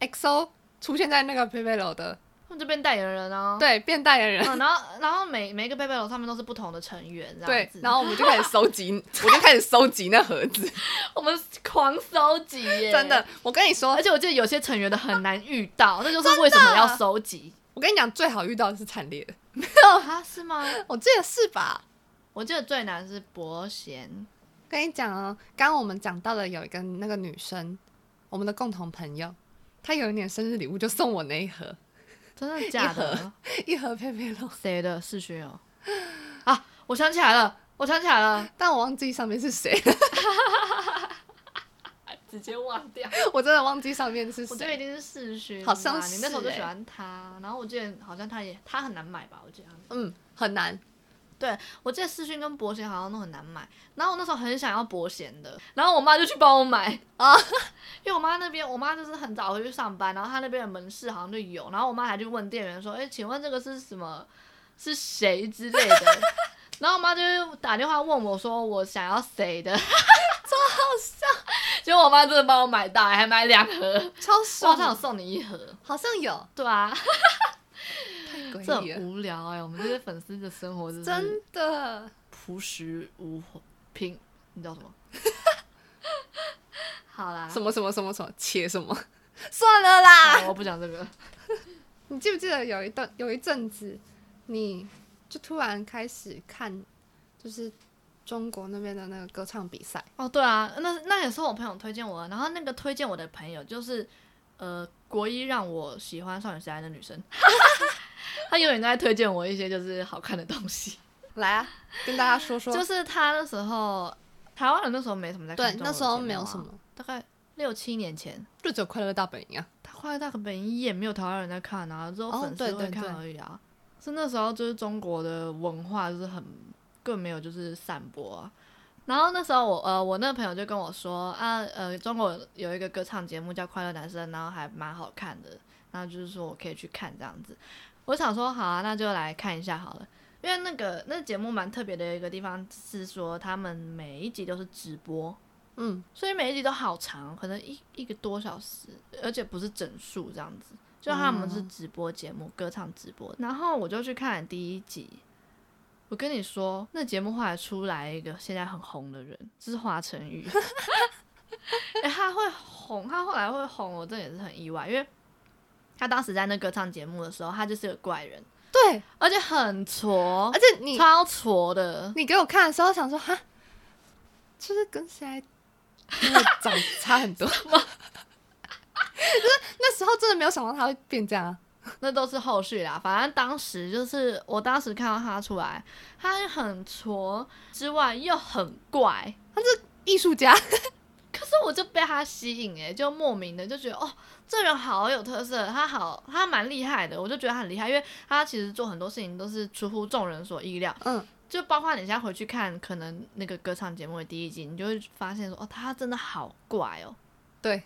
Speaker 2: ，XO 出现在那个贝贝楼的，
Speaker 1: 他们就变代言人哦。
Speaker 2: 对，变代言人，
Speaker 1: 嗯，然后然后每每一个贝贝楼上面都是不同的成员，这样
Speaker 2: 对
Speaker 1: 子。，
Speaker 2: 然后我们就开始收 集，我就开始收集那盒子，
Speaker 1: 我们狂收集耶，
Speaker 2: 真的。，我跟你说
Speaker 1: 哦而，且我记得有些成员的很难遇到，那就是为什么要收集
Speaker 2: 我跟你讲，最好遇到的是惨烈的，
Speaker 1: 啊？是吗？
Speaker 2: 我记得是吧？
Speaker 1: 我记得最难是伯贤，
Speaker 2: 跟你讲哦，刚刚我们讲到了有一个那个女生，我们的共同朋友，她有一年生日礼物就送我那一盒，
Speaker 1: 真的假
Speaker 2: 一
Speaker 1: 的
Speaker 2: 盒？一盒佩佩龙，
Speaker 1: 谁的世勋哦？啊，我想起来了，我想起来了，
Speaker 2: 但我忘记上面是谁，
Speaker 1: 直接忘掉。
Speaker 2: 我真的忘记上面是
Speaker 1: 我这边一
Speaker 2: 谁。
Speaker 1: 定是世勋啦，
Speaker 2: 好像是
Speaker 1: 你那时候就
Speaker 2: 欸
Speaker 1: 喜欢他，然后我记得好像他也他很难买吧，我记得他。
Speaker 2: 嗯，很难。
Speaker 1: 我记得世勋跟伯贤好像都很难买，然后我那时候很想要伯贤的，然后我妈就去帮我买
Speaker 2: 啊，
Speaker 1: 因为我妈那边我妈就是很早回去上班，然后她那边的门市好像就有，然后我妈还去问店员说，哎、请问这个是什么，是谁之类 的，然后我妈就打电话问我说我想要谁 的，超好笑， 结果我妈真的帮我买到，还买两盒，
Speaker 2: 超
Speaker 1: 网
Speaker 2: 爽，
Speaker 1: 上有送你一盒，
Speaker 2: 好像有，
Speaker 1: 对 啊，
Speaker 2: 诡
Speaker 1: 这
Speaker 2: 异了啊
Speaker 1: 很无聊哎、我们这些粉丝的生活
Speaker 2: 嗯
Speaker 1: 真是
Speaker 2: 真的。
Speaker 1: 朴实无华平，你叫什么？ 好啦，啊
Speaker 2: 什么什么什么什么，切什么？ 算了啦。
Speaker 1: 好我不讲这个。
Speaker 2: 你记不记得有一段有一阵子，你就突然开始看，就是中国那边的那个歌唱比赛，
Speaker 1: 哦，对啊，那那也是我朋友推荐我的，然后那个推荐我的朋友就是呃国一让我喜欢少女时代的女生，她永远都在推荐我一些就是好看的东西。
Speaker 2: 来啊，跟大家说说。
Speaker 1: 就是她那时候台湾人那时候没什么在看
Speaker 2: 对，
Speaker 1: 中
Speaker 2: 那
Speaker 1: 国
Speaker 2: 时候
Speaker 1: 节
Speaker 2: 没有
Speaker 1: 目啊
Speaker 2: 什，么，
Speaker 1: 大概六七年前，
Speaker 2: 就只有快乐大本营啊。
Speaker 1: 他快乐大本营也没有台湾人在看啊，只有
Speaker 2: 哦
Speaker 1: 粉
Speaker 2: 对
Speaker 1: 丝会
Speaker 2: 对
Speaker 1: 看
Speaker 2: 对
Speaker 1: 而已啊。是那时候就是中国的文化就是很更没有就是散播啊。然后那时候我呃我那个朋友就跟我说啊呃中国有一个歌唱节目叫《快乐男生》，然后还蛮好看的，然后就是说我可以去看这样子。我想说好啊，那就来看一下好了。因为那个那节目蛮特别的一个地方是说，他们每一集都是直播，
Speaker 2: 嗯，
Speaker 1: 所以每一集都好长，哦可能一一个多小时，而且不是整数这样子。就他们
Speaker 2: 嗯
Speaker 1: 是直播节目，歌唱直播。然后我就去看了第一集，我跟你说，那节目后来出来一个现在很红的人，就是华晨宇。 哎、他会红，他后来会红，我这也是很意外，因为他当时在那歌唱节目的时候，他就是个怪人，
Speaker 2: 对，
Speaker 1: 而且很挫
Speaker 2: 而，且你
Speaker 1: 超挫的。
Speaker 2: 你给我看的时候想说哈，就是跟现在真的长差很 多就是那时候真的没有想到他会变这样啊。
Speaker 1: 那都是后续啦。反正当时就是我当时看到他出来，他很挫之外又很怪，
Speaker 2: 艺术家，
Speaker 1: 可是我就被他吸引诶、就莫名的就觉得哦，这人好有特色，他好他蛮厉害的，我就觉得他很厉害，因为他其实做很多事情都是出乎众人所意料。
Speaker 2: 嗯，
Speaker 1: 就包括你现在回去看，可能那个歌唱节目的第一集，你就会发现说，哦，他真的好怪哦，
Speaker 2: 对，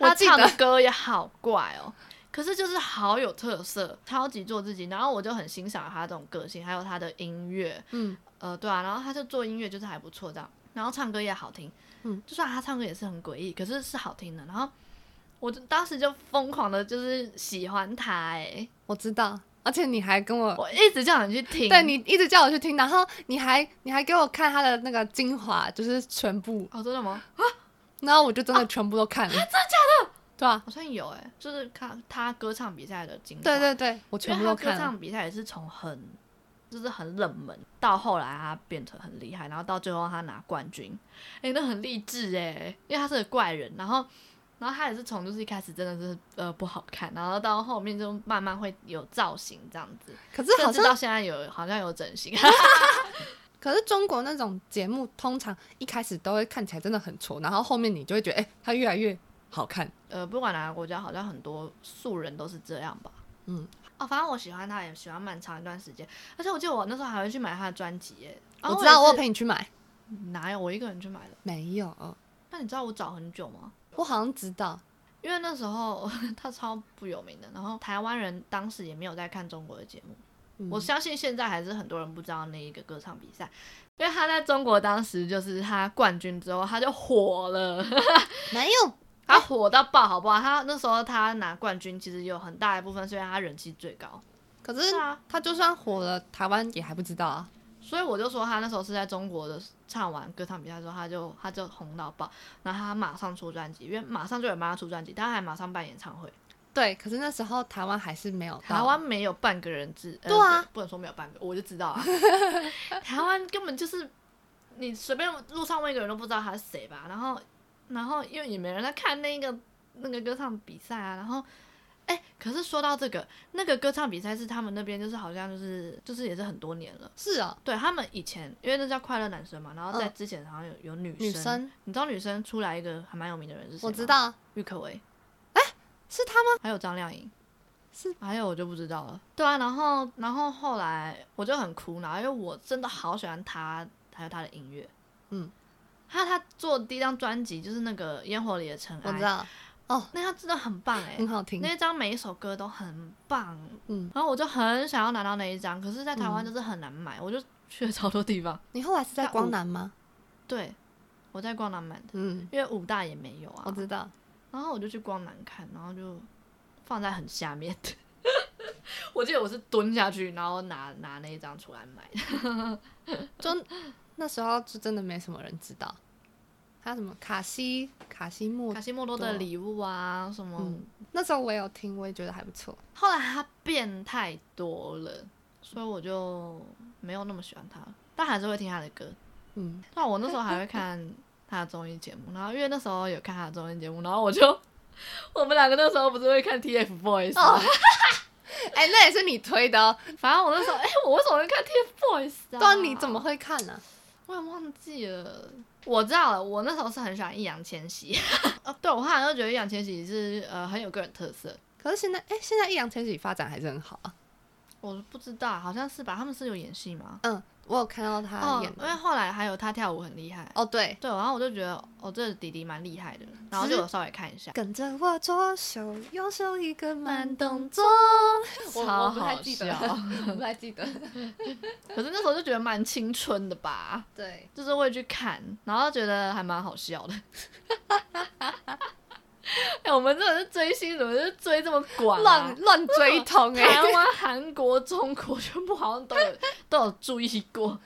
Speaker 2: 我
Speaker 1: 他
Speaker 2: 记
Speaker 1: 唱的
Speaker 2: 得，
Speaker 1: 歌也好怪哦，可是就是好有特色，超级做自己。然后我就很欣赏他这种个性，还有他的音乐，
Speaker 2: 嗯，
Speaker 1: 呃，对啊，然后他就做音乐就是还不错这样，然后唱歌也好听，
Speaker 2: 嗯，
Speaker 1: 就算他唱歌也是很诡异，可是是好听的。然后我就当时就疯狂的就是喜欢他、欸，
Speaker 2: 我知道，而且你还跟我，
Speaker 1: 我一直叫你去听，
Speaker 2: 对你一直叫我去听，然后你还你还给我看他的那个精华，就是全部，
Speaker 1: 哦，真的吗？
Speaker 2: 然后我就真的全部都看了，啊真的假的？对啊，
Speaker 1: 好像有哎、就是看他歌唱比赛的经历，
Speaker 2: 对对对，我全
Speaker 1: 因
Speaker 2: 部
Speaker 1: 为
Speaker 2: 都
Speaker 1: 他歌
Speaker 2: 看了，
Speaker 1: 唱比赛也是从很就是很冷门，到后来他变成很厉害，然后到最后他拿冠军，哎、那很励志哎、因为他是个怪人，然后然后他也是从就是一开始真的是呃不好看，然后到后面就慢慢会有造型这样子，
Speaker 2: 可是好
Speaker 1: 甚至
Speaker 2: 像
Speaker 1: 到现在有好像有整形，
Speaker 2: 可是中国那种节目，通常一开始都会看起来真的很挫，然后后面你就会觉得，哎、他越来越好看。
Speaker 1: 呃，不管哪个国家，好像很多素人都是这样吧。
Speaker 2: 嗯，
Speaker 1: 哦，反正我喜欢他，也喜欢蛮长一段时间。而且我记得我那时候还会去买他的专辑耶。然后
Speaker 2: 我知道，
Speaker 1: 也
Speaker 2: 我有
Speaker 1: 是
Speaker 2: 陪你去买，
Speaker 1: 哪有我一个人去买的？
Speaker 2: 没有，哦
Speaker 1: 那你知道我找很久吗？
Speaker 2: 我好像知道。
Speaker 1: 因为那时候 他超不有名的，然后台湾人当时也没有在看中国的节目。
Speaker 2: 嗯
Speaker 1: 我相信现在还是很多人不知道那一个歌唱比赛，因为他在中国当时就是他冠军之后他就火了，
Speaker 2: 没有，
Speaker 1: 他火到爆，好不好？他那时候他拿冠军，其实有很大一部分虽然他人气最高，
Speaker 2: 可是
Speaker 1: 是啊
Speaker 2: 他就算火了，台湾也还不知道啊。
Speaker 1: 所以我就说他那时候是在中国的唱完歌唱比赛之后，他就他就红到爆，然后他马上出专辑，因为马上就有人帮他出专辑，他还马上办演唱会。
Speaker 2: 对，可是那时候台湾还是没有到。
Speaker 1: 台湾没有半个人知，呃
Speaker 2: 对啊，
Speaker 1: 不能说没有半个，我就知 道啊。台湾根本就是你随便路上问一个人都不知道他是谁吧，然后然后因为也没人在看那个那个歌唱比赛啊，然后。哎、可是说到这个，那个歌唱比赛是他们那边就是好像就是就是也是很多年了，
Speaker 2: 是啊，
Speaker 1: 对他们以前因为那叫快乐男生嘛，然后在
Speaker 2: 嗯
Speaker 1: 之前好像有有女生，
Speaker 2: 女生
Speaker 1: 你知道女生出来一个还蛮有名的人是谁？
Speaker 2: 我知，道
Speaker 1: 郁可唯。
Speaker 2: 是他吗？
Speaker 1: 还有张靓颖，
Speaker 2: 是，
Speaker 1: 还哎有我就不知道了。对啊，然后然后后来我就很苦恼，因为我真的好喜欢他，还有他的音乐，
Speaker 2: 嗯，
Speaker 1: 他他做的第一张专辑就是那个《烟火里的尘埃
Speaker 2: 我知》，道，
Speaker 1: 那他真的很棒 哎、
Speaker 2: 很好听。
Speaker 1: 那一张每一首歌都很棒，
Speaker 2: 嗯，
Speaker 1: 然后我就很想要拿到那一张，可是，在台湾就是很难买，我就去了超多地 方。
Speaker 2: 你后来是在
Speaker 1: 那我
Speaker 2: 光南吗？
Speaker 1: 对，我在光南买的，
Speaker 2: 嗯，
Speaker 1: 因为武大也没有啊。
Speaker 2: 我知道。
Speaker 1: 然后我就去光南看，然后就放在很下面。 我记得我是蹲下去，然后拿拿那一张出来买的。
Speaker 2: 那时候就真的没什么人知道。还有什么卡西卡西莫
Speaker 1: 卡？西莫多的礼物啊，什么？
Speaker 2: 嗯那时候我也有听，我也觉得还不错。
Speaker 1: 后来他变太多了，所以我就没有那么喜欢他了，但还是会听他的歌。
Speaker 2: 嗯，
Speaker 1: 那我那时候还会 看他的综艺节目，然后因为那时候有看他的综艺节目，然后我就我们两个那时候不是会看 TFBOYS，吗、
Speaker 2: 哦 哎、那也是你推的哦。
Speaker 1: 反正我那时候哎、我为什么会看 TFBOYS 啊？
Speaker 2: 对啊，你怎么会看呢、
Speaker 1: 我也忘记了，我知道了，我那时候是很喜欢易烊千玺， 哦，对我后来就觉得易烊千玺是呃很有个人特色，
Speaker 2: 可是现在，哎、现在易烊千玺发展还是很好啊。
Speaker 1: 我不知道，好像是吧？他们是有演戏吗？
Speaker 2: 嗯，我有看到他
Speaker 1: 哦，
Speaker 2: 演
Speaker 1: 因
Speaker 2: 的。
Speaker 1: 为后来还有他跳舞很厉害，
Speaker 2: 哦，对，
Speaker 1: 对，然后我就觉得哦，这个弟弟蛮厉害的，然后就有稍微看一下，
Speaker 2: 跟着我左手右手一个慢动作， 我我不太记得，
Speaker 1: 超好笑
Speaker 2: 我不太记得。
Speaker 1: 可是那时候就觉得蛮青春的吧，
Speaker 2: 对，
Speaker 1: 就是会去看，然后觉得还蛮好笑的。 哎、我们这的是追星，怎么就追这么广、啊？
Speaker 2: 乱乱追 捧哎、
Speaker 1: 台湾、韩国、中国全部好像都有都有注意过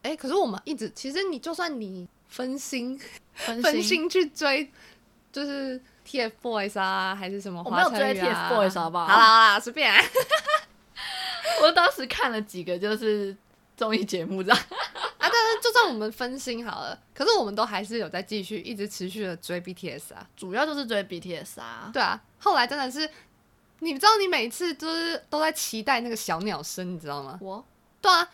Speaker 2: 哎、可是我们一直，其实你就算你分心
Speaker 1: 分
Speaker 2: 分心去追，就是 TFBOYS 啊，还是什么
Speaker 1: 我没有
Speaker 2: 华晨宇啊、
Speaker 1: 追 TFBOYS 好不好
Speaker 2: 好啦好啦，随便、啊。
Speaker 1: 我当时看了几个就是综艺节目这样，
Speaker 2: 啊，但是就算我们分心好了，可是我们都还是有在继续一直持续的追 BTS 啊。
Speaker 1: 主要就是追 BTS 啊。
Speaker 2: 对啊，后来真的是，你知道你每次就是都在期待那个小鸟声，你知道吗？
Speaker 1: 我
Speaker 2: 对啊，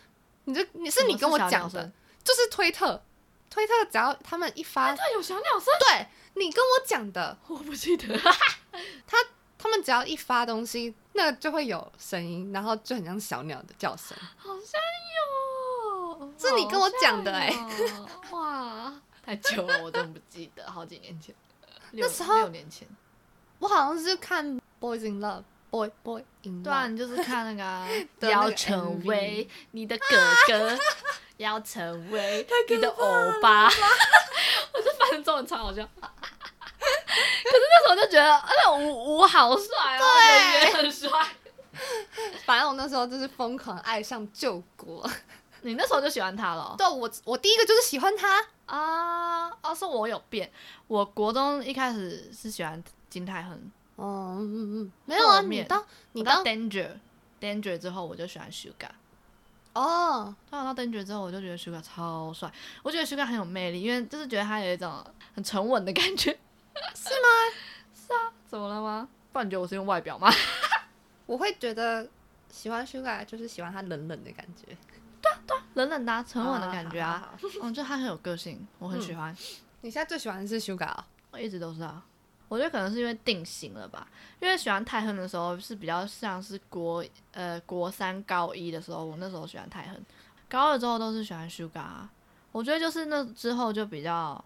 Speaker 2: 你这你是你
Speaker 1: 什
Speaker 2: 跟
Speaker 1: 么
Speaker 2: 我
Speaker 1: 是小
Speaker 2: 讲
Speaker 1: 鸟
Speaker 2: 的
Speaker 1: 声，
Speaker 2: 就是推特，推特只要他们一发，
Speaker 1: 哎对有小鸟声，
Speaker 2: 对你跟我讲的，
Speaker 1: 我不记 得。
Speaker 2: 他们只要一发东西，那就会有声音，然后就很像小鸟的叫声。
Speaker 1: 好像有，
Speaker 2: 是你跟我讲的欸
Speaker 1: 好像有哇，哎太久了，我真不记得，好几年前，六
Speaker 2: 那时候
Speaker 1: 六年前，
Speaker 2: 我好像是看《Boys in Love》，Boy Boy in Love，
Speaker 1: 对啊，你就是看那个 啊
Speaker 2: 的那个
Speaker 1: 要成
Speaker 2: MV
Speaker 1: 为你的哥 哥，要成为你的欧巴，我 就反正中文超好 笑。可是那时候就觉得，哎，吴吴好帅哦，
Speaker 2: 对
Speaker 1: 人也很 帅。
Speaker 2: 反正我那时候就是疯狂爱上救国。
Speaker 1: 你那时候就喜欢他了哦
Speaker 2: 对，我我第一个就是喜欢他，
Speaker 1: 啊？哦，是我有变。我国中一开始是喜欢金泰亨，
Speaker 2: 哦，嗯嗯，没有啊，
Speaker 1: 后
Speaker 2: 你
Speaker 1: 面
Speaker 2: 到你
Speaker 1: 我到
Speaker 2: 到
Speaker 1: Danger Danger 之后，我就喜欢 Suga。
Speaker 2: 哦，
Speaker 1: 当我到 Danger 之后，我就觉得 Suga 超帅，我觉得 Suga 很有魅力，因为就是觉得他有一种很沉稳的感觉，是吗？ 是啊，怎么了吗？不然你觉得我是用外表吗？
Speaker 2: 我会觉得喜欢 Sugar 就是喜欢他冷冷的感觉，
Speaker 1: 冷冷的啊、沉稳的感觉
Speaker 2: 好。好
Speaker 1: 啊，
Speaker 2: 好好
Speaker 1: 嗯，就他很有个性，我很喜欢，
Speaker 2: 你现在最喜欢的是 Sugar 哦
Speaker 1: 我一直都是啊。我觉得可能是因为定型了吧，因为喜欢泰亨的时候是比较像是国呃国三高一的时候，我那时候喜欢泰亨，高二之后都是喜欢 Suga，啊我觉得就是那之后就比较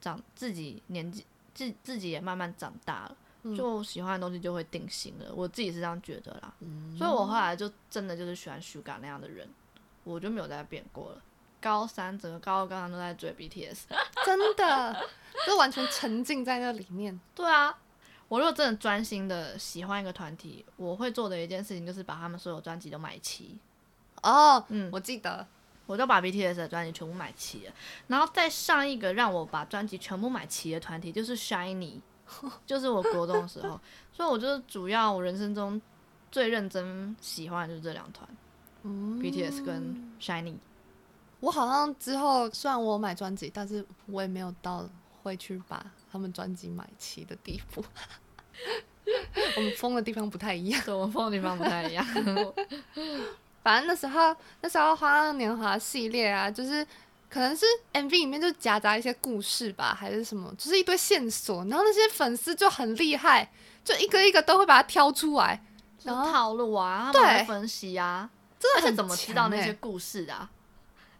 Speaker 1: 长自己年纪自自己也慢慢长大了，
Speaker 2: 嗯
Speaker 1: 就喜欢的东西就会定型了，我自己是这样觉得啦，所以我后来就真的就是喜欢 Suga 那样的人，我就没有再变过了。高三整个高二、高三都在追 BTS，
Speaker 2: 真的，就完全沉浸在那里面。
Speaker 1: 对啊，我如果真的专心的喜欢一个团体，我会做的一件事情就是把他们所有专辑都买齐。
Speaker 2: 哦，
Speaker 1: 嗯，
Speaker 2: 我记得，
Speaker 1: 我都把 BTS 的专辑全部买齐了。然后再上一个让我把专辑全部买齐的团体就是 Shiny，就是 我国中的时候，所以我就是主要我人生中最认真喜欢的就是这两团、
Speaker 2: 嗯
Speaker 1: BTS 跟 Shiny。
Speaker 2: 我好像之后虽然我有买专辑，但是我也没有到会去把他们专辑买齐的地 步。我们疯的地方不太一样。
Speaker 1: 对，我们疯的地方不太一样。
Speaker 2: 反正那时候那时候《花样年华》系列啊，就是可能是 MV 里面就夹杂一些故事吧，还是什么，就是一堆线索。然后那些粉丝就很厉害，就一个一个都会把它挑出来，
Speaker 1: 就
Speaker 2: 然
Speaker 1: 是
Speaker 2: 后
Speaker 1: 套路啊，
Speaker 2: 对
Speaker 1: 他们会分析啊，
Speaker 2: 真
Speaker 1: 而
Speaker 2: 的
Speaker 1: 且
Speaker 2: 很
Speaker 1: 怎么知道
Speaker 2: 强
Speaker 1: 那
Speaker 2: 欸
Speaker 1: 些故事的啊？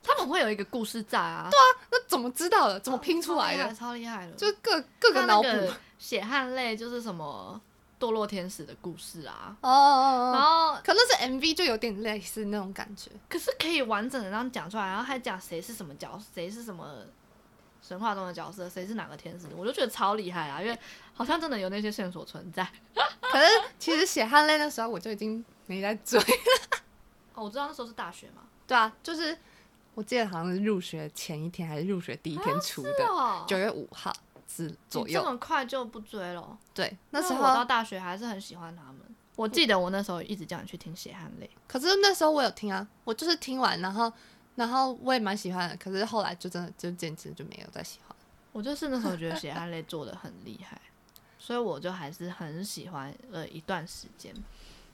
Speaker 1: 他们会有一个故事在啊，
Speaker 2: 那怎么知道的？怎么拼出来的？
Speaker 1: 哦超厉害了！
Speaker 2: 就各各个
Speaker 1: 他
Speaker 2: 脑
Speaker 1: 那
Speaker 2: 补。
Speaker 1: 个血汗泪就是什么堕落天使的故事啊，
Speaker 2: 哦哦
Speaker 1: 然
Speaker 2: 哦哦，
Speaker 1: 后
Speaker 2: 可那是 MV 就有点类似那种感觉。
Speaker 1: 可是可以完整的这样讲出来，然后还讲谁是什么角，谁是什么神话中的角色，谁是哪个天使，我就觉得超厉害啊，因为好像真的有那些线索存在。
Speaker 2: 可是 其实写汗泪的时候我就已经没在追。
Speaker 1: 哦，我知道那时候是大学嘛，
Speaker 2: 对啊，就是我记得好像是入学前一天还是入学第一天出的，
Speaker 1: 哦，
Speaker 2: 九、月五号之左
Speaker 1: 你这
Speaker 2: 右。
Speaker 1: 么快就不追了。
Speaker 2: 对，那时
Speaker 1: 因为我到
Speaker 2: 候
Speaker 1: 大学还是很喜欢他们。我记得我那时候一直叫你去听《血汗泪
Speaker 2: 可是那时候我有听啊，我就是听完，然后然后我也蛮喜欢的，可是后来就真的就简直就没有再喜欢。》，
Speaker 1: 我就是那时候觉得《血汗泪》做的很厉害，所以我就还是很喜欢呃一段时间。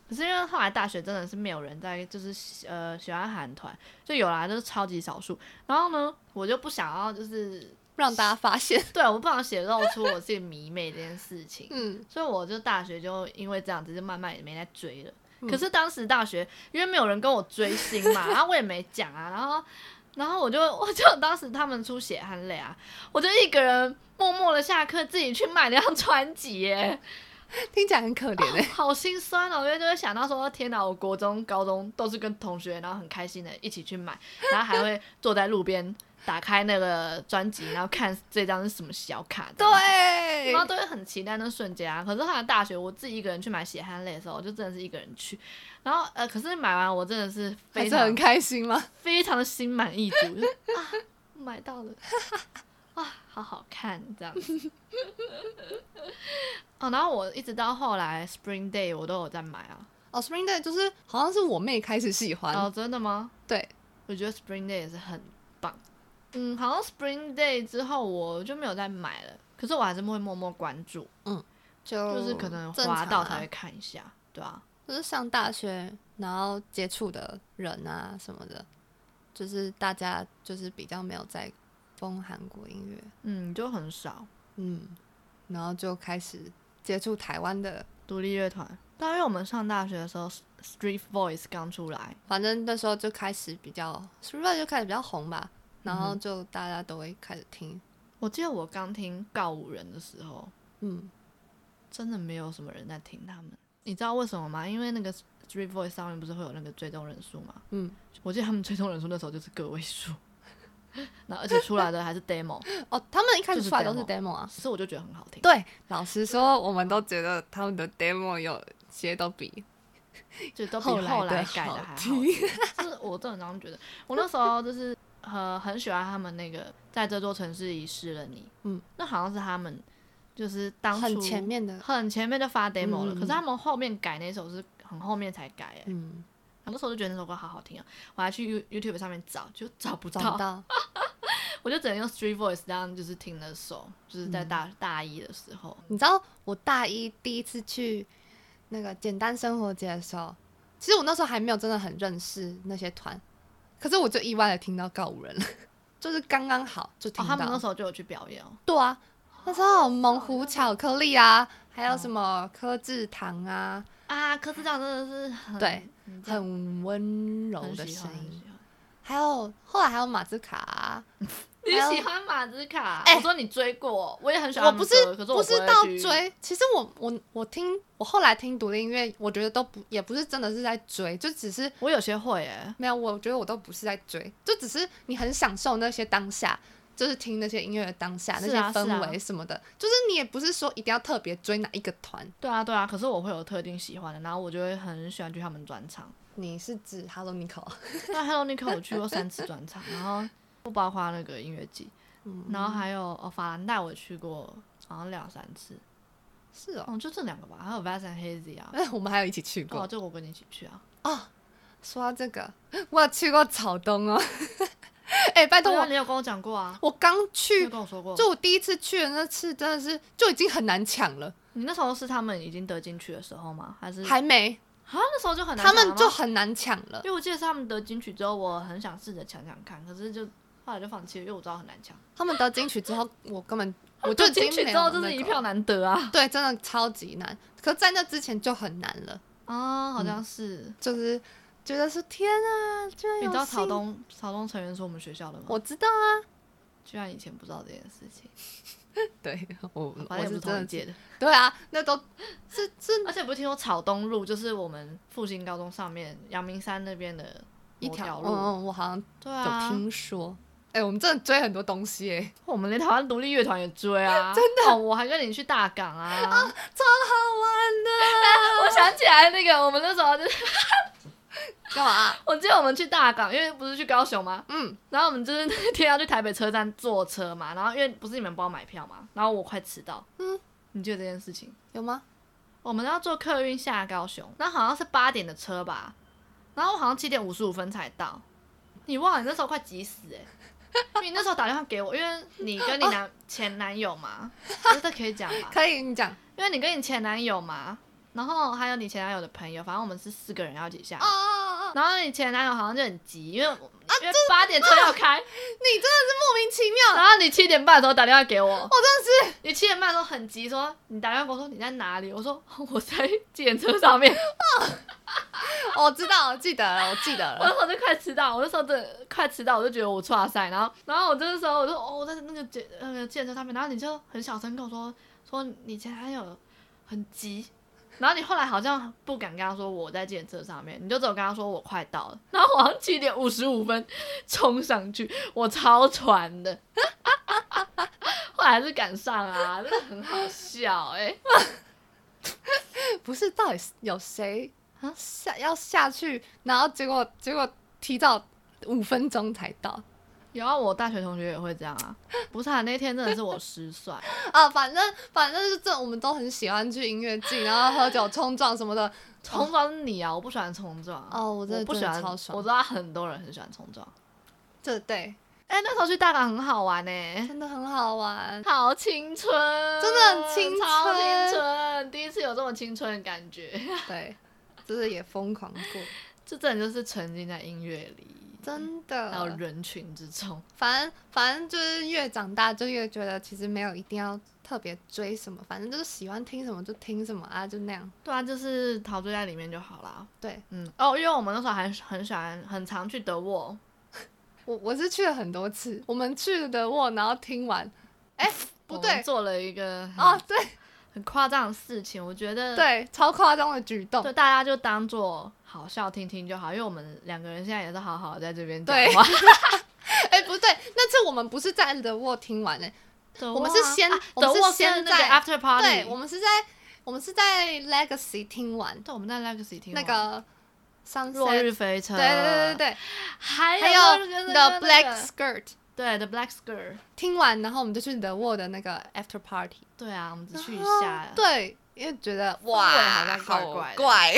Speaker 1: 可是因为后来大学真的是没有人在，就是呃喜欢韩团，就有啦，就是超级少数。然后呢，我就不想要，就是
Speaker 2: 让大家发现，
Speaker 1: 对，我不想显露出我是个迷妹这件事情。
Speaker 2: 嗯，
Speaker 1: 所以我就大学就因为这样子，就慢慢也没再追了。
Speaker 2: 嗯
Speaker 1: 可是当时大学，因为没有人跟我追星 嘛，然后我也没讲啊，然后，然后我就我就当时他们出血汗泪啊，我就一个人默默的下课自己去买那张专辑耶，
Speaker 2: 听起来很可 怜哎、
Speaker 1: 好心酸哦，因为就会想到说，天哪，我国中、高中都是跟同学，然后很开心的一起去买，然后还会坐在路边打开那个专辑，然后看这张是什么小卡这样子。
Speaker 2: 对
Speaker 1: 然后都会很期待那瞬间啊。可是后来大学我自己一个人去买血汗泪的时候，哦我就真的是一个人去。然后呃，可是买完我真的是
Speaker 2: 还
Speaker 1: 非
Speaker 2: 是
Speaker 1: 常
Speaker 2: 很开心吗？
Speaker 1: 非常的心满意足，就啊买到了 啊，好好看这样子。 哦，然后我一直到后来 Spring Day 我都有在买啊。
Speaker 2: 哦，Spring Day 就是好像是我妹开始喜欢，
Speaker 1: 哦，真的吗？
Speaker 2: 对，
Speaker 1: 我觉得 Spring Day 也是很棒。嗯，好像 Spring Day 之后我就没有再买了，可是我还是会默默关注。
Speaker 2: 就
Speaker 1: 就是可能
Speaker 2: 正
Speaker 1: 滑
Speaker 2: 常
Speaker 1: 到
Speaker 2: 啊
Speaker 1: 才会看一下，对啊，
Speaker 2: 就是上大学然后接触的人啊什么的，就是大家就是比较没有在疯韩国音乐，
Speaker 1: 嗯，就很少
Speaker 2: 嗯，然后就开始接触台湾的，
Speaker 1: 独立乐团。但因为我们上大学的时候，Street Voice 刚出来，
Speaker 2: 反正那时候就开始比较 s u p e 就开始比较红吧，然后
Speaker 1: 嗯
Speaker 2: 就大家都会开始听，
Speaker 1: 我记得我刚听告五人的时候，
Speaker 2: 嗯，
Speaker 1: 真的没有什么人在听他们。你知道为什么吗？因为那个 Street Voice 上面不是会有那个追踪人数吗？
Speaker 2: 嗯，
Speaker 1: 我记得他们追踪人数那时候就是个位数， 那而且出来的还是 demo，
Speaker 2: 哦，他们一开始
Speaker 1: 就是
Speaker 2: 出来都是
Speaker 1: demo
Speaker 2: demo 啊，
Speaker 1: 所以我就觉得很好听。
Speaker 2: 对，老实说，我们都觉得他们的 demo 有些都比
Speaker 1: 就都比
Speaker 2: 后来
Speaker 1: 后来
Speaker 2: 的
Speaker 1: 改的
Speaker 2: 好
Speaker 1: 还好
Speaker 2: 听
Speaker 1: 听。就是我这种常觉得，我那时候就是呃很喜欢他们那个在这座城市遗失了你，
Speaker 2: 嗯，
Speaker 1: 那好像是他们就是当初
Speaker 2: 很前面的，
Speaker 1: 很前面就发 demo 了，
Speaker 2: 嗯
Speaker 1: 可是他们后面改那首是很后面才改、欸，
Speaker 2: 嗯，
Speaker 1: 我那时候就觉得那首歌好好听啊，我还去 You YouTube 上面找，就找不到，
Speaker 2: 找不到，
Speaker 1: 我就只能用 Street Voice 这样就是听那首，就是
Speaker 2: 嗯
Speaker 1: 在大、大一的时候，哦
Speaker 2: 你知道我大一第一次去那个简单生活节的时候，其实我那时候还没有真的很认识那些团，可是我就意 外的听到告五人了，就是刚刚好就
Speaker 1: 哦，
Speaker 2: 听
Speaker 1: 他
Speaker 2: 到。
Speaker 1: 们那时候就有去表演哦，
Speaker 2: 对啊，那时候有猛虎巧克力啊，还有
Speaker 1: 嗯
Speaker 2: 什么科智糖啊，
Speaker 1: 啊，可是这样真的是很
Speaker 2: 对，
Speaker 1: 嗯这样
Speaker 2: 很温柔的
Speaker 1: 很喜
Speaker 2: 声
Speaker 1: 欢。很
Speaker 2: 音
Speaker 1: 喜。欢
Speaker 2: 还有后来还有马兹卡啊、
Speaker 1: 你
Speaker 2: 还有
Speaker 1: 喜欢马兹卡？
Speaker 2: 哎
Speaker 1: 我说你追过，我也很喜欢
Speaker 2: 我
Speaker 1: 他
Speaker 2: 不
Speaker 1: 们
Speaker 2: 是
Speaker 1: 歌。可是我
Speaker 2: 不
Speaker 1: 会
Speaker 2: 是到
Speaker 1: 去，
Speaker 2: 追，其实我我我听我后来听独立音乐，我觉得都不也不是真的是在追，就只是
Speaker 1: 我有些会诶。
Speaker 2: 没有，我觉得我都不是在追，就只是你很享受那些当下，就是听那些音乐的当下、那
Speaker 1: 是
Speaker 2: 些
Speaker 1: 啊是啊
Speaker 2: 氛围什么的，就是你也不是说一定要特别追哪一个团，
Speaker 1: 对啊，对啊，可是我会有特定喜欢的，然后我就会很喜欢去他们专场。
Speaker 2: 你是指 Hello Nico，
Speaker 1: 那 Hello n i c o 我去过三次专场，然后不包括那个音乐季，
Speaker 2: 嗯
Speaker 1: 然后还有哦法兰黛我去过好像两三次，
Speaker 2: 是哦，
Speaker 1: 哦就这两个吧，还有 Vas and Hazy 啊，
Speaker 2: 哎，我们还有一起去过
Speaker 1: 哦。就我跟你一起去啊，
Speaker 2: 说到这个，我有去过草东哦， 哎、拜托
Speaker 1: 对啊，
Speaker 2: 我，
Speaker 1: 你有跟我讲过啊，
Speaker 2: 我刚
Speaker 1: 你有
Speaker 2: 去，
Speaker 1: 跟我说过，
Speaker 2: 就我第一次去的那次真的是就已经很难抢了，
Speaker 1: 你那时候是他们已经得进去的时候吗？还是啊
Speaker 2: 还没，
Speaker 1: 那时候就很难
Speaker 2: 他
Speaker 1: 抢了
Speaker 2: 们
Speaker 1: 吗
Speaker 2: 就很难抢了
Speaker 1: 因。为我记得是他们得金曲之后，我很想试着抢抢看，可是就后来就放弃了，因为我知道很难抢。
Speaker 2: 他们得金曲之后，我根本我就已经
Speaker 1: 金曲
Speaker 2: 没
Speaker 1: 之后
Speaker 2: 有
Speaker 1: 就是
Speaker 2: 那
Speaker 1: 一
Speaker 2: 个
Speaker 1: 票
Speaker 2: 了
Speaker 1: 难得啊！
Speaker 2: 对，真的超级难。可在那之前就很难了，
Speaker 1: 啊，好像是。
Speaker 2: 就是觉得是天啊，居然
Speaker 1: 你
Speaker 2: 有
Speaker 1: 知道
Speaker 2: 幸
Speaker 1: 草，东草东成员嗯是我们学校的吗？
Speaker 2: 我知道啊，
Speaker 1: 居然以前不知道这件事情，
Speaker 2: 对我
Speaker 1: 反
Speaker 2: 我
Speaker 1: 正也不嗯是
Speaker 2: 是真
Speaker 1: 同
Speaker 2: 的
Speaker 1: 一届的。
Speaker 2: 对啊，那都是是
Speaker 1: 而且不是听说草东路就是我们复兴高中上面阳明山那边的
Speaker 2: 一
Speaker 1: 某
Speaker 2: 条
Speaker 1: 路？
Speaker 2: 嗯，嗯我好像
Speaker 1: 对
Speaker 2: 有
Speaker 1: 啊，
Speaker 2: 听说。哎、我们真的追很多东 西哎、
Speaker 1: 我们连台湾独立乐团也追啊！ 真的、哦，我还跟你去大港 啊！
Speaker 2: 超好玩的。
Speaker 1: 我想起来那个，我们那时候就是。
Speaker 2: 干嘛？啊
Speaker 1: 我记得我们去大港，因为不是去高雄吗？
Speaker 2: 嗯，
Speaker 1: 然后我们就是那天要去台北车站坐车嘛，然后因为不是你们帮我买票嘛，然后我快迟到。
Speaker 2: 嗯，
Speaker 1: 你记得这件事情？哦
Speaker 2: 有吗？
Speaker 1: 我们要坐客运下高雄，然后好像是八点的车吧，然后我好像七点五十五分才到。你忘了你那时候快急死 哎、因为你那时候打电话给我，因为你跟你男、前男友嘛，这可以讲吧？
Speaker 2: 可以，你讲。
Speaker 1: 因为你跟你前男友嘛，然后还有你前男友的朋友，反正我们是四个人要一起下
Speaker 2: 哦啊哦哦！
Speaker 1: 然后你前男友好像就很急，因为、因为八点车要开，
Speaker 2: 你真的是莫名其妙，
Speaker 1: 然后你七点半的时候打电话给我，
Speaker 2: 我真的是
Speaker 1: 你七点半的时候很急说，你打电话给我说你在哪里？我说我在计程车上面，
Speaker 2: 哦 我知道，我记得了，我记得
Speaker 1: 我那
Speaker 2: 了。
Speaker 1: 时候就快迟到，我那时候真的快迟到，我就觉得我错赛，然后然后我这时候我就哦我在那个计那个计程车上面，然后你就很小声跟我说说你前男友很急。然后你后来好像不敢跟他说我在计程车上面，你就只有跟他说我快到了。然后我好像七点五十五分冲上去，我超喘的，后来还是赶上啊，真的很好笑哎、
Speaker 2: 不是，到底是有谁
Speaker 1: 啊
Speaker 2: 下要下去，然后结果结果提早五分钟才到。
Speaker 1: 然啊后我大学同学也会这样啊，不是啊，那天真的是我失算，
Speaker 2: 啊，反正反正就是这，我们都很喜欢去音乐季，然后喝酒冲撞什么的。
Speaker 1: 冲撞是你啊，我不喜欢冲撞。
Speaker 2: 哦我
Speaker 1: 我
Speaker 2: 真的
Speaker 1: 不
Speaker 2: 真
Speaker 1: 喜
Speaker 2: 的
Speaker 1: 欢，
Speaker 2: 超爽
Speaker 1: 我知道很多人很喜欢冲撞。
Speaker 2: 这对，
Speaker 1: 哎、那时候去大港很好玩呢、
Speaker 2: 真的很好 玩。
Speaker 1: 好青春，
Speaker 2: 真的很青春
Speaker 1: 超青春，第一次有这么青春的感觉，
Speaker 2: 对，就是也疯狂过，
Speaker 1: 这真的就是沉浸在音乐里，
Speaker 2: 真
Speaker 1: 还有
Speaker 2: 的。
Speaker 1: 人群之中。
Speaker 2: 反正反正就是越长大就越觉得其实没有一定要特别追什么，反正就是喜欢听什么就听什么啊，就那样。
Speaker 1: 对啊，就是陶醉在里面就好啦。
Speaker 2: 对
Speaker 1: 嗯，哦，因为我们那时候还很喜欢，很常去德沃，
Speaker 2: 我我是去了很多次，我们去的沃，然后听完，哎、不
Speaker 1: 我们
Speaker 2: 对
Speaker 1: 做了嗯一个
Speaker 2: 哦
Speaker 1: 很，
Speaker 2: 对
Speaker 1: 很夸张的事情，我觉得
Speaker 2: 对，超夸张的举动
Speaker 1: 就，大家就当做好笑听听就好，因为我们两个人现在也是好好地在这边讲
Speaker 2: 对
Speaker 1: 话。
Speaker 2: 哎、不对，那次我们不是在的沃听完哎、
Speaker 1: 德沃
Speaker 2: 我们
Speaker 1: 啊
Speaker 2: 是先
Speaker 1: 啊
Speaker 2: 我们
Speaker 1: 德
Speaker 2: 是
Speaker 1: 沃
Speaker 2: 先
Speaker 1: 跟那
Speaker 2: 在
Speaker 1: 个 after party，
Speaker 2: 对，我们是在我们是在 Legacy 听完
Speaker 1: 对我们在 Legacy 听
Speaker 2: 那
Speaker 1: 完
Speaker 2: 个 Sunset，
Speaker 1: 落日飞车，
Speaker 2: 对对对对对，
Speaker 1: 还
Speaker 2: 还
Speaker 1: 有那
Speaker 2: 有
Speaker 1: 个
Speaker 2: The
Speaker 1: 那个
Speaker 2: Black Skirt
Speaker 1: 对 The Black Skirt，
Speaker 2: 听完，然后我们就去 The Wall 的那个 After Party
Speaker 1: 对啊，我们只去一
Speaker 2: 然后
Speaker 1: 下，
Speaker 2: 对，因为觉得
Speaker 1: 好
Speaker 2: 哇，
Speaker 1: 像怪
Speaker 2: 好
Speaker 1: 怪的
Speaker 2: 怪，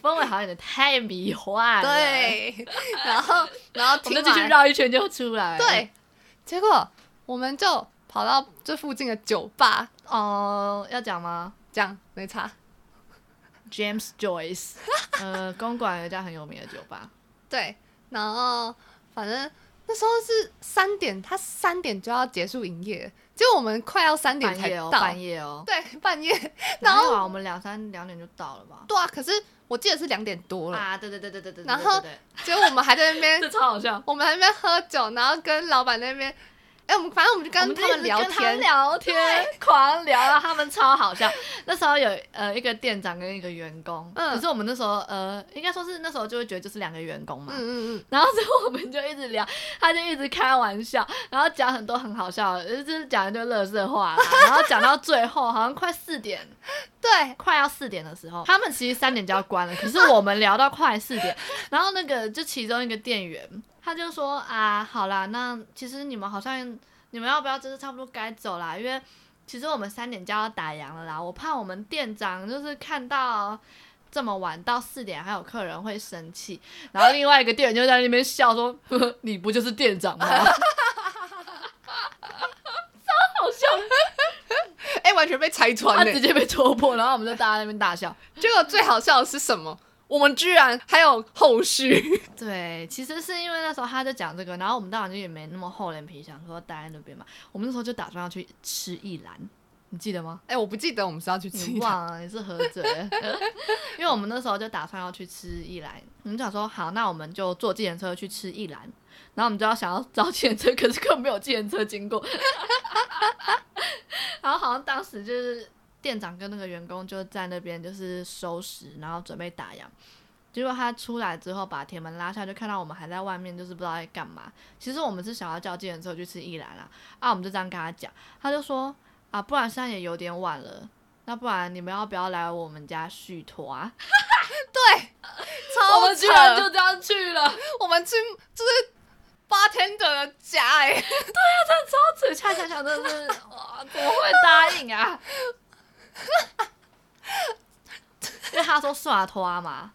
Speaker 1: 氛围好像有点太迷幻了，，
Speaker 2: 对，然后然后
Speaker 1: 我
Speaker 2: 听
Speaker 1: 们就
Speaker 2: 完
Speaker 1: 继续绕一圈就出来，，
Speaker 2: 对，结果我们就跑到这附近的酒吧，
Speaker 1: 哦，要讲吗
Speaker 2: 这样没差。
Speaker 1: ？James Joyce，呃，公馆有一家很有名的酒吧，
Speaker 2: 对，然后反正那时候是三点，他三点就要结束营业，结果我们快要三点
Speaker 1: 半
Speaker 2: 才
Speaker 1: 夜哦，
Speaker 2: 到，
Speaker 1: 半夜哦，
Speaker 2: 对，半夜。 然
Speaker 1: 然
Speaker 2: 后
Speaker 1: 后啊，我们两三两点就到了吧？
Speaker 2: 对啊，可是我记得是两点多了，
Speaker 1: 啊，对对对对对对，对
Speaker 2: 然后
Speaker 1: 对对
Speaker 2: 结果我们还在那
Speaker 1: 对
Speaker 2: 边
Speaker 1: 这，超好笑。
Speaker 2: 我们还在那边喝酒，然后跟老板那边，哎、我们反正我们就
Speaker 1: 我
Speaker 2: 跟
Speaker 1: 们就
Speaker 2: 他
Speaker 1: 一
Speaker 2: 们
Speaker 1: 直
Speaker 2: 聊
Speaker 1: 跟他们
Speaker 2: 天，
Speaker 1: 聊天，狂聊，然后他们超好笑。 那时候有呃一个店长跟一个员工，
Speaker 2: 嗯
Speaker 1: 可是我们那时候呃应该说是那时候就会觉得就是两个员工嘛，
Speaker 2: 嗯嗯嗯，
Speaker 1: 然后之后我们就一直聊，他就一直开玩笑，然后讲很多很好笑的，就是讲一堆乐色话啦，然后讲到最后好像快四点，
Speaker 2: 对，
Speaker 1: 快要四点的时候，他们其实三点就要关了，可是我们聊到快四点， 然后那个就其中一个店员他就说啊，好啦，那其实你们好像你们要不要就是差不多该走啦，因为其实我们三点就要打烊了啦，我怕我们店长就是看到。这么晚到四点还有客人会生气，然后另外一个店员就在那边笑 说：“呵呵你不就是店长吗？” 超好笑，
Speaker 2: 哎、完全被拆穿
Speaker 1: 他
Speaker 2: 呢、
Speaker 1: 直接被戳破，然后我们就大家在那边大笑。
Speaker 2: 结果最好笑的是什么？我们居然还有后续，
Speaker 1: 对，其实是因为那时候他在讲这个，然后我们当然就也没那么厚脸皮，想说待在那边嘛。我们那时候就打算要去吃一兰，你记得吗？
Speaker 2: 哎、我不记得我们是要去吃
Speaker 1: 你
Speaker 2: 一趟，
Speaker 1: 忘了 你是何者？因为我们那时候就打算要去吃一兰，我们想说好，那我们就坐计程车去吃一兰，然后我们就要想要找计程车，可是根本没有计程车经过。 然后好像当时就是店长跟那个员工就在那边就是收拾，然后准备打烊。结果他出来之后，把铁门拉下，就看到我们还在外面，就是不知道在干嘛。其实我们是想要叫计程车去吃一兰啦，啊，我们就这样跟他讲，他就说啊，不然现在也有点晚了，那不然你们要不要来我们家续托啊？
Speaker 2: 超
Speaker 1: 我们居
Speaker 2: 扯
Speaker 1: 然就这样去了，
Speaker 2: 我们去就是 bartender 的家、 哎，
Speaker 1: 这恰恰想真的是哇，怎么会答应啊？ 因为他说耍托啊嘛，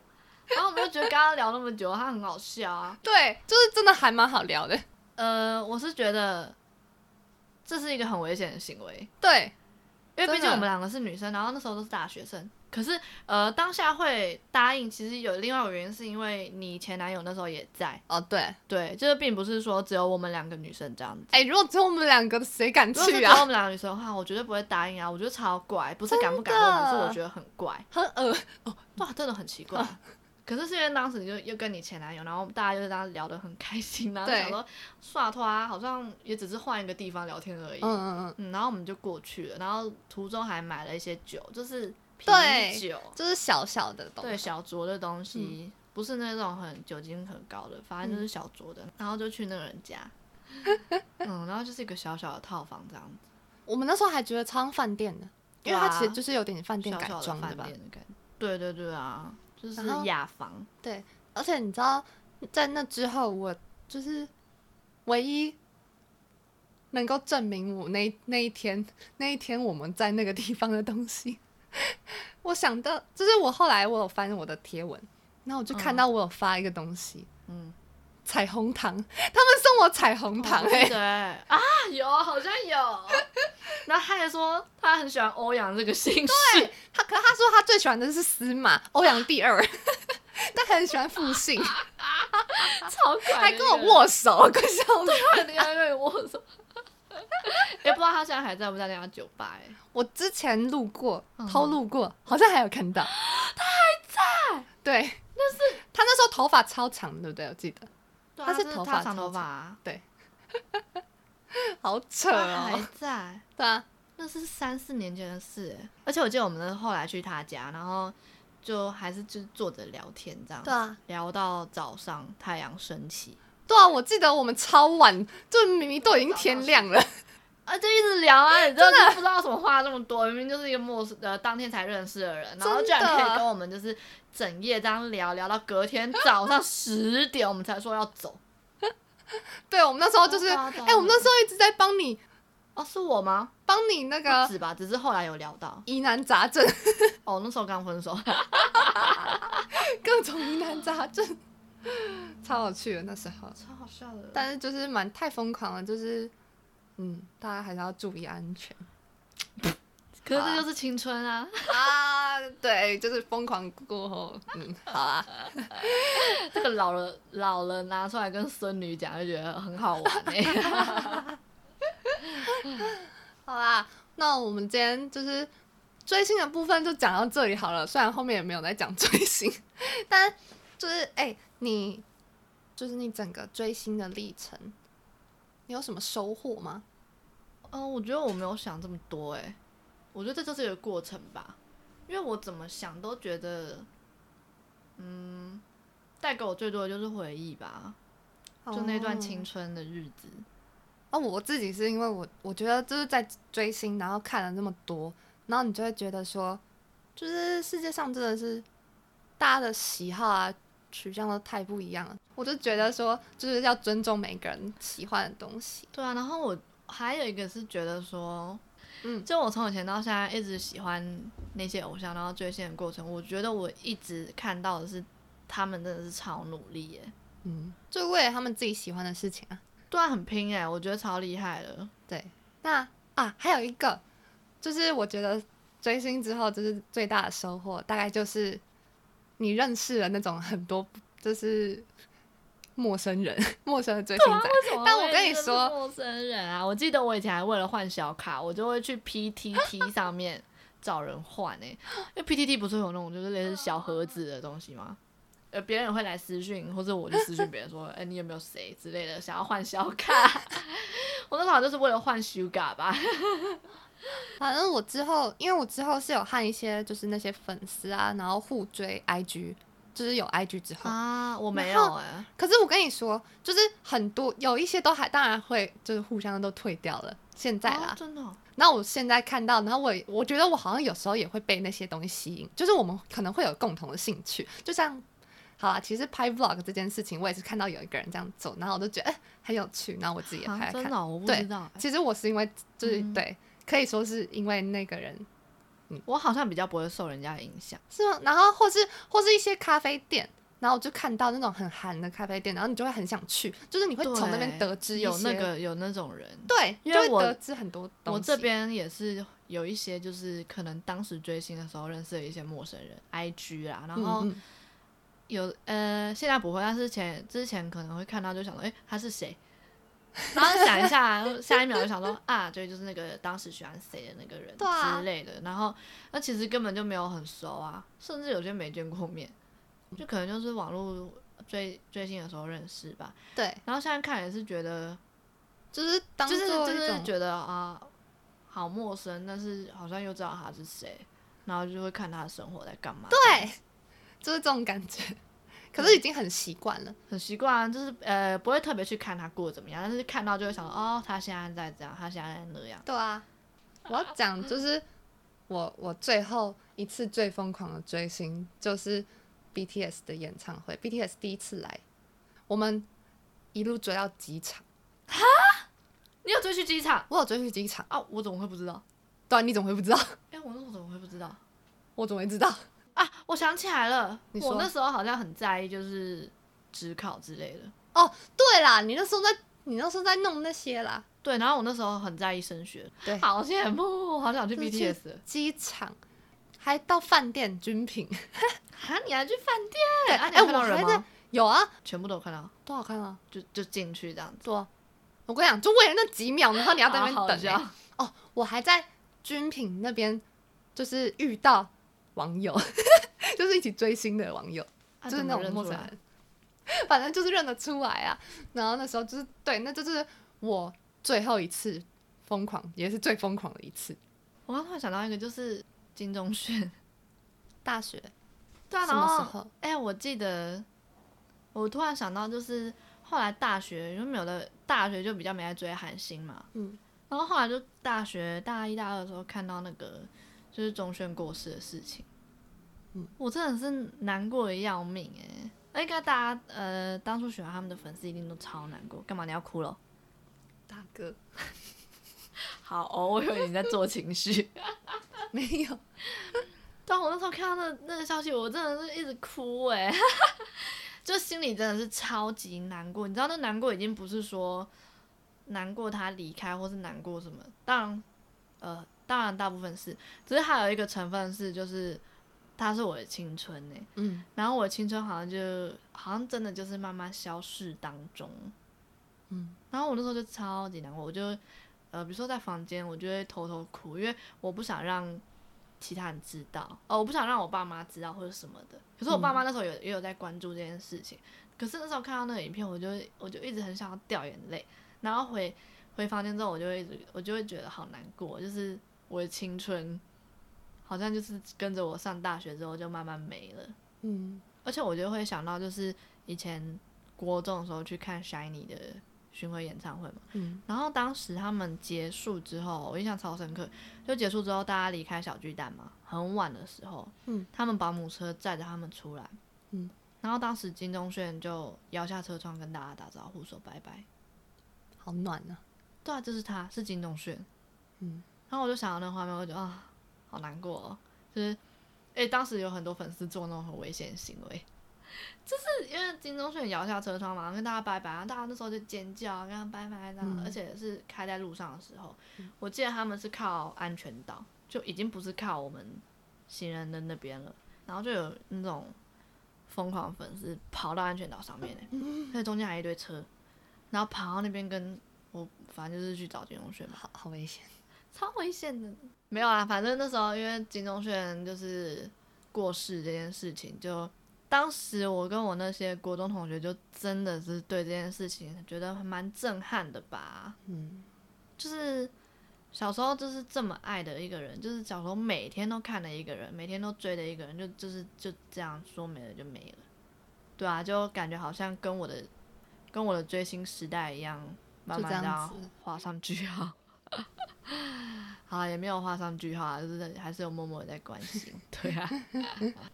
Speaker 1: 然后我们就觉得刚刚聊那么久，他很好笑啊。
Speaker 2: 对，就是真的还蛮好聊的，
Speaker 1: 呃，我是觉得这是一个很危险的行为，
Speaker 2: 对，
Speaker 1: 因为毕
Speaker 2: 真的
Speaker 1: 竟我们两个是女生，然后那时候都是大学生。可是呃，当下会答应，其实有另外一个原因，是因为你前男友那时候也在，
Speaker 2: 哦对，
Speaker 1: 对，就是并不是说只有我们两个女生这样 子。
Speaker 2: 哎、如果只有我们两个，谁敢
Speaker 1: 如果是
Speaker 2: 去
Speaker 1: 只有我
Speaker 2: 啊？
Speaker 1: 们两个女生的话，我绝对不会答应啊！我觉得超怪，不是敢不敢
Speaker 2: 真的
Speaker 1: 问，可是我觉得很怪，哦
Speaker 2: 很恶，嗯
Speaker 1: 哇，真的很奇怪。 可是是因为当时就又跟你前男友，然后大家就这样聊得很开心，然后
Speaker 2: 对
Speaker 1: 想说耍脱啊，好像也只是换一个地方聊天而已。
Speaker 2: 嗯嗯嗯，
Speaker 1: 嗯，然后我们就过去了，然后途中还买了一些酒，就是啤
Speaker 2: 对
Speaker 1: 酒，
Speaker 2: 就是小小的东西，
Speaker 1: 对小酌的东西，
Speaker 2: 嗯
Speaker 1: 不是那种很酒精很高的，反正就是小酌的。然后就去那个人 家，嗯，然后就是一个小小的套房这样子，
Speaker 2: 我们那时候还觉得超像饭店的，因为它
Speaker 1: 对啊
Speaker 2: 其实就是有点饭店
Speaker 1: 小
Speaker 2: 改
Speaker 1: 小
Speaker 2: 装
Speaker 1: 的饭
Speaker 2: 的
Speaker 1: 店
Speaker 2: 吧。
Speaker 1: 的感觉。对对对啊，就是
Speaker 2: 然后
Speaker 1: 雅房，
Speaker 2: 对，而且你知道，在那之后，我就是唯一能够证明我那一那一天那一天我们在那个地方的东西。 我想到，就是我后来我有翻我的贴文，然后我就看到我有发一个东西，
Speaker 1: 嗯，
Speaker 2: 彩虹糖，他们送我彩
Speaker 1: 哦
Speaker 2: 虹糖、欸，
Speaker 1: 对 啊，有好像 有。然后他还说他很喜欢欧阳这个姓氏，
Speaker 2: 他可是他说他最喜欢的是司马，欧阳第二， 但很喜欢复姓，
Speaker 1: 超怪的
Speaker 2: 还跟我
Speaker 1: 那个人
Speaker 2: 握手，快笑死！
Speaker 1: 那个那个我说，也、不知道他现在还在不在那家酒吧、欸？
Speaker 2: 我之前路过，
Speaker 1: 嗯
Speaker 2: 偷路过，好像还有看到， 他还在。对，那是他那时候头发超长，对不对？我记得，
Speaker 1: 对
Speaker 2: 他是
Speaker 1: 就
Speaker 2: 头
Speaker 1: 他
Speaker 2: 发
Speaker 1: 长
Speaker 2: 超
Speaker 1: 头
Speaker 2: 长
Speaker 1: 发、 啊，
Speaker 2: 好扯
Speaker 1: 他还
Speaker 2: 哦。
Speaker 1: 在，
Speaker 2: 对啊，
Speaker 1: 那是三四年前的事、欸。而且我记得我们后来去他家，然后就还是就坐着聊天这样，
Speaker 2: 对啊，
Speaker 1: 聊到早上太阳升起，
Speaker 2: 对啊，我记得我们超晚，就明明都已经天亮了。
Speaker 1: 啊，就一直聊啊，你知道就不知道什么话那么多，明明就是一个陌生呃当天才认识的人，然后居然
Speaker 2: 真的
Speaker 1: 可以跟我们就是整夜这样聊聊到隔天早 上十点，我们才说要走。
Speaker 2: 对，我们那时候就是，
Speaker 1: 对
Speaker 2: 哎
Speaker 1: 啊对啊、
Speaker 2: 我们那时候一直在帮你，
Speaker 1: 哦，是我吗？
Speaker 2: 帮你那
Speaker 1: 不
Speaker 2: 个
Speaker 1: 止吧，只是后来有聊到
Speaker 2: 疑难杂症，
Speaker 1: 哦，那时候刚分手，
Speaker 2: 各种疑难杂症，超有趣的那时候。
Speaker 1: 超好笑的。但
Speaker 2: 但是就是蛮太疯狂了，就是，嗯，大家还是要注意安全。
Speaker 1: 可是这就是青春啊！
Speaker 2: 啊，对，就是疯狂过后，嗯，好啊，
Speaker 1: 这个老了老了拿出来跟孙女讲，就觉得很好玩哎、
Speaker 2: 好啦，那我们今天就是追星的部分就讲到这里好了，虽然后面也没有在讲追星，但就是哎、你就是你整个追星的历程，你有什么收获吗？
Speaker 1: 嗯，我觉得我没有想这么多哎、我觉得这就是一个过程吧，因为我怎么想都觉得，嗯，带给我最多的就是回忆吧，就那段青春的日子。
Speaker 2: 哦，我自己是因为我我觉得就是在追星，然后看了那么多，然后你就会觉得说，就是世界上真的是大家的喜好啊取向都太不一样了。我就觉得说，就是要尊重每个人喜欢的东西。
Speaker 1: 对啊，然后我还有一个是觉得说，
Speaker 2: 嗯
Speaker 1: 就我从以前到现在一直喜欢那些偶像，然后追星的过程，我觉得我一直看到的是他们真的是超努力耶、
Speaker 2: 嗯，就为了他们自己喜欢的事情啊。
Speaker 1: 对啊，很拼哎、我觉得超厉害的。
Speaker 2: 对，那啊，还有一个就是我觉得追星之后，就是最大的收获，大概就是你认识了那种很多就是陌生人、 陌生的追星
Speaker 1: 啊
Speaker 2: 仔。
Speaker 1: 哦
Speaker 2: 但我跟你说
Speaker 1: 陌生人啊，我记得我以前还为了换小卡，我就会去 PTT 上面找人换哎、因为 PTT 不是有那种就是类似小盒子的东西吗？呃，别人会来私讯，或者我就私讯别人说，哎、你有没有谁之类的想要换小卡？ 我那时候好像就是为了换 Sugar 吧，
Speaker 2: 反正我之后，因为我之后是有和一些就是那些粉丝啊，然后互追 IG，就是有 IG 之后，
Speaker 1: 啊，我没
Speaker 2: 然后
Speaker 1: 有哎、
Speaker 2: 可是我跟你说，就是很多有一些都还当然会就是互相都退掉了，现在
Speaker 1: 哦
Speaker 2: 啦。
Speaker 1: 真的哦、
Speaker 2: 那、我现在看到，然后我也我觉得我好像有时候也会被那些东西吸引，就是我们可能会有共同的兴趣，就像。好啦，其实拍 vlog 这件事情，我也是看到有一个人这样走，然后我就觉得、哎很有趣，然后我自己也拍
Speaker 1: 啊，
Speaker 2: 来看
Speaker 1: 真。的哦、我不
Speaker 2: 对
Speaker 1: 知道欸、
Speaker 2: 其实我是因为就是、
Speaker 1: 嗯
Speaker 2: 对，可以说是因为那个人
Speaker 1: 我好像比较不会受人家影响。
Speaker 2: 是吗？然后或是或是一些咖啡店，然后我就看到那种很韩的咖啡店，然后你就会很想去，就是你会从那边
Speaker 1: 对
Speaker 2: 得知一
Speaker 1: 有那
Speaker 2: 些
Speaker 1: 个有那种人，
Speaker 2: 对，
Speaker 1: 因
Speaker 2: 就
Speaker 1: 为
Speaker 2: 会
Speaker 1: 我
Speaker 2: 得知很多东
Speaker 1: 我
Speaker 2: 西。
Speaker 1: 这边也是有一些，就是可能当时追星的时候认识的一些陌生人，IG 啦，然后
Speaker 2: 嗯嗯
Speaker 1: 有、呃，现在不会，但是前之前可能会看到就想说，诶，他是谁？然后想一下，下一秒就想说啊，对，就是那个当时喜欢谁的那个人
Speaker 2: 对啊
Speaker 1: 之类的。然后那其实根本就没有很熟啊，甚至有些没见过面，就可能就是网络追追星的时候认识吧。
Speaker 2: 对，
Speaker 1: 然后现在看也是觉得
Speaker 2: 就是当
Speaker 1: 就是
Speaker 2: 做
Speaker 1: 就
Speaker 2: 一
Speaker 1: 是
Speaker 2: 种
Speaker 1: 觉得啊，好陌生，但是好像又知道他是谁，然后就会看他的生活在干嘛。
Speaker 2: 对，就是这种感
Speaker 1: 嗯
Speaker 2: 觉。可是已经很习惯了，
Speaker 1: 很习惯啊，就是呃不会特别去看他过得怎么样，但是看到就会想说哦，他现在在这样，他现在在那样。
Speaker 2: 对啊。我要讲就是我我最后一次最疯狂的追星就是 BTS 的演唱会，BTS 第一次来，我们一路追到机场，
Speaker 1: 你有追去机场
Speaker 2: 我有追去机场。
Speaker 1: 啊？我怎么会不知道？
Speaker 2: 对啊，你怎么会不知道？
Speaker 1: 哎、我那时候怎么会不知道
Speaker 2: 我怎么会知道？
Speaker 1: 啊？我想起来了，
Speaker 2: 你说
Speaker 1: 我那时候好像很在意就是职考之类的，
Speaker 2: 哦对啦，你那时候在，你那时候在弄那些啦，
Speaker 1: 对，然后我那时候很在意升学，
Speaker 2: 对
Speaker 1: 好羡慕，好想去
Speaker 2: 就是去
Speaker 1: BTS
Speaker 2: 机场，还到饭店军品。
Speaker 1: 啊！你还去饭店？
Speaker 2: 对，
Speaker 1: 啊
Speaker 2: 哎、
Speaker 1: 你有看
Speaker 2: 我
Speaker 1: 到人
Speaker 2: 还
Speaker 1: 吗
Speaker 2: 在有啊，
Speaker 1: 全部都有看到，
Speaker 2: 多好看啊！
Speaker 1: 就就进去这样子。
Speaker 2: 对啊，我跟你讲，就为了那几秒，然后你要在那边等、
Speaker 1: 啊好
Speaker 2: 欸。哦，我还在军品那边，就是遇到网友， 就是一起追星的网友。
Speaker 1: 笑
Speaker 2: 就是那种陌生，
Speaker 1: 啊
Speaker 2: 人，反正就是认得出来啊。然后那时候就是对，那就是我最后一次疯狂，也是最疯狂的一次。
Speaker 1: 我刚突然想到一个，就是金钟铉，
Speaker 2: 大学
Speaker 1: 对啊，
Speaker 2: 什
Speaker 1: 然
Speaker 2: 么时
Speaker 1: 后
Speaker 2: 候？
Speaker 1: 哎、我记得，我突然想到，就是后来大学，因为没有的大学就比较没在追韩星嘛，
Speaker 2: 嗯，
Speaker 1: 然后后来就大学大一大二的时候看到那个就是钟铉过世的事情，
Speaker 2: 嗯，
Speaker 1: 我真的是难过的要命哎、那应该大家呃，当初喜欢他们的粉丝一定都超难过，干嘛你要哭了？
Speaker 2: 大哥
Speaker 1: 好哦，我以为你在做情绪。
Speaker 2: 没有，
Speaker 1: 但啊我那时候看到那那个消息，我真的是一直哭哎、 就心里真的是超级难过。你知道那难过已经不是说难过他离开，或是难过什么，当然呃当然大部分是，只是还有一个成分是，就是它是我的青春呢、欸
Speaker 2: 嗯，
Speaker 1: 然后我的青春好像就好像真的就是慢慢消逝当中，
Speaker 2: 嗯，
Speaker 1: 然后我那时候就超级难过，我就呃比如说在房间，我就会偷偷哭，因为我不想让其他人知道，哦，我不想让我爸妈知道或者什么的。可是我爸妈那时候有、也有在关注这件事情，可是那时候看到那个影片，我就我就一直很想要掉眼泪，然后回回房间之后，我就会一直我就会觉得好难过，就是我的青春好像就是跟着我上大学之后就慢慢没了。
Speaker 2: 嗯，
Speaker 1: 而且我就会想到，就是以前国中的时候去看 Shiny 的巡回演唱会嘛，
Speaker 2: 嗯，
Speaker 1: 然后当时他们结束之后，我印象超深刻，就结束之后大家离开小巨蛋嘛，很晚的时候，
Speaker 2: 嗯，
Speaker 1: 他们保姆车载着他们出来，
Speaker 2: 嗯，
Speaker 1: 然后当时金钟铉就摇下车窗跟大家打招呼说拜拜，
Speaker 2: 好暖啊，
Speaker 1: 对啊，就是他，是金钟铉。
Speaker 2: 嗯，
Speaker 1: 然后我就想到那个画面，我就觉得啊，好难过、哦，就是，诶，当时有很多粉丝做那种很危险的行为，就是因为金钟铉摇下车窗嘛，然后跟大家拜拜，啊然后大家那时候就尖叫，啊跟他拜拜，然后、
Speaker 2: 嗯
Speaker 1: 而且是开在路上的时候，我记得他们是靠安全岛，就已经不是靠我们行人的那边了，然后就有那种疯狂粉丝跑到安全岛上面呢、而且中间还有一堆车，然后跑到那边跟我反正就是去找金钟铉嘛，
Speaker 2: 好好危险，
Speaker 1: 超危险的。没有啦，啊反正那时候因为金钟铉就是过世这件事情，就当时我跟我那些国中同学就真的是对这件事情觉得蛮震撼的吧。
Speaker 2: 嗯，
Speaker 1: 就是小时候就是这么爱的一个人，就是小时候每天都看的一个人，每天都追的一个人，就就是就这样说没了就没了，对啊，就感觉好像跟我的跟我的追星时代一样，慢
Speaker 2: 就
Speaker 1: 慢
Speaker 2: 这
Speaker 1: 这
Speaker 2: 样
Speaker 1: 样
Speaker 2: 子
Speaker 1: 画上句号。 好啦，也没有画上句号啊，就是还是有默默地在关心， 对啊，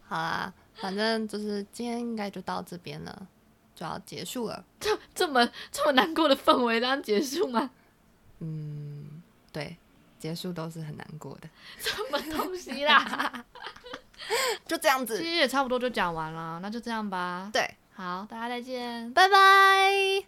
Speaker 2: 好啦，反正就是今天应该就到这边了，就要结束了。
Speaker 1: 这么 这么难过的氛围，这样结束吗？
Speaker 2: 嗯，对，结束都是很难过的，
Speaker 1: 什么东西啦？
Speaker 2: 就这样
Speaker 1: 其实
Speaker 2: 子。
Speaker 1: 也差不多就讲完了，那就这样吧。
Speaker 2: 对，
Speaker 1: 好，大家再见。
Speaker 2: 拜拜。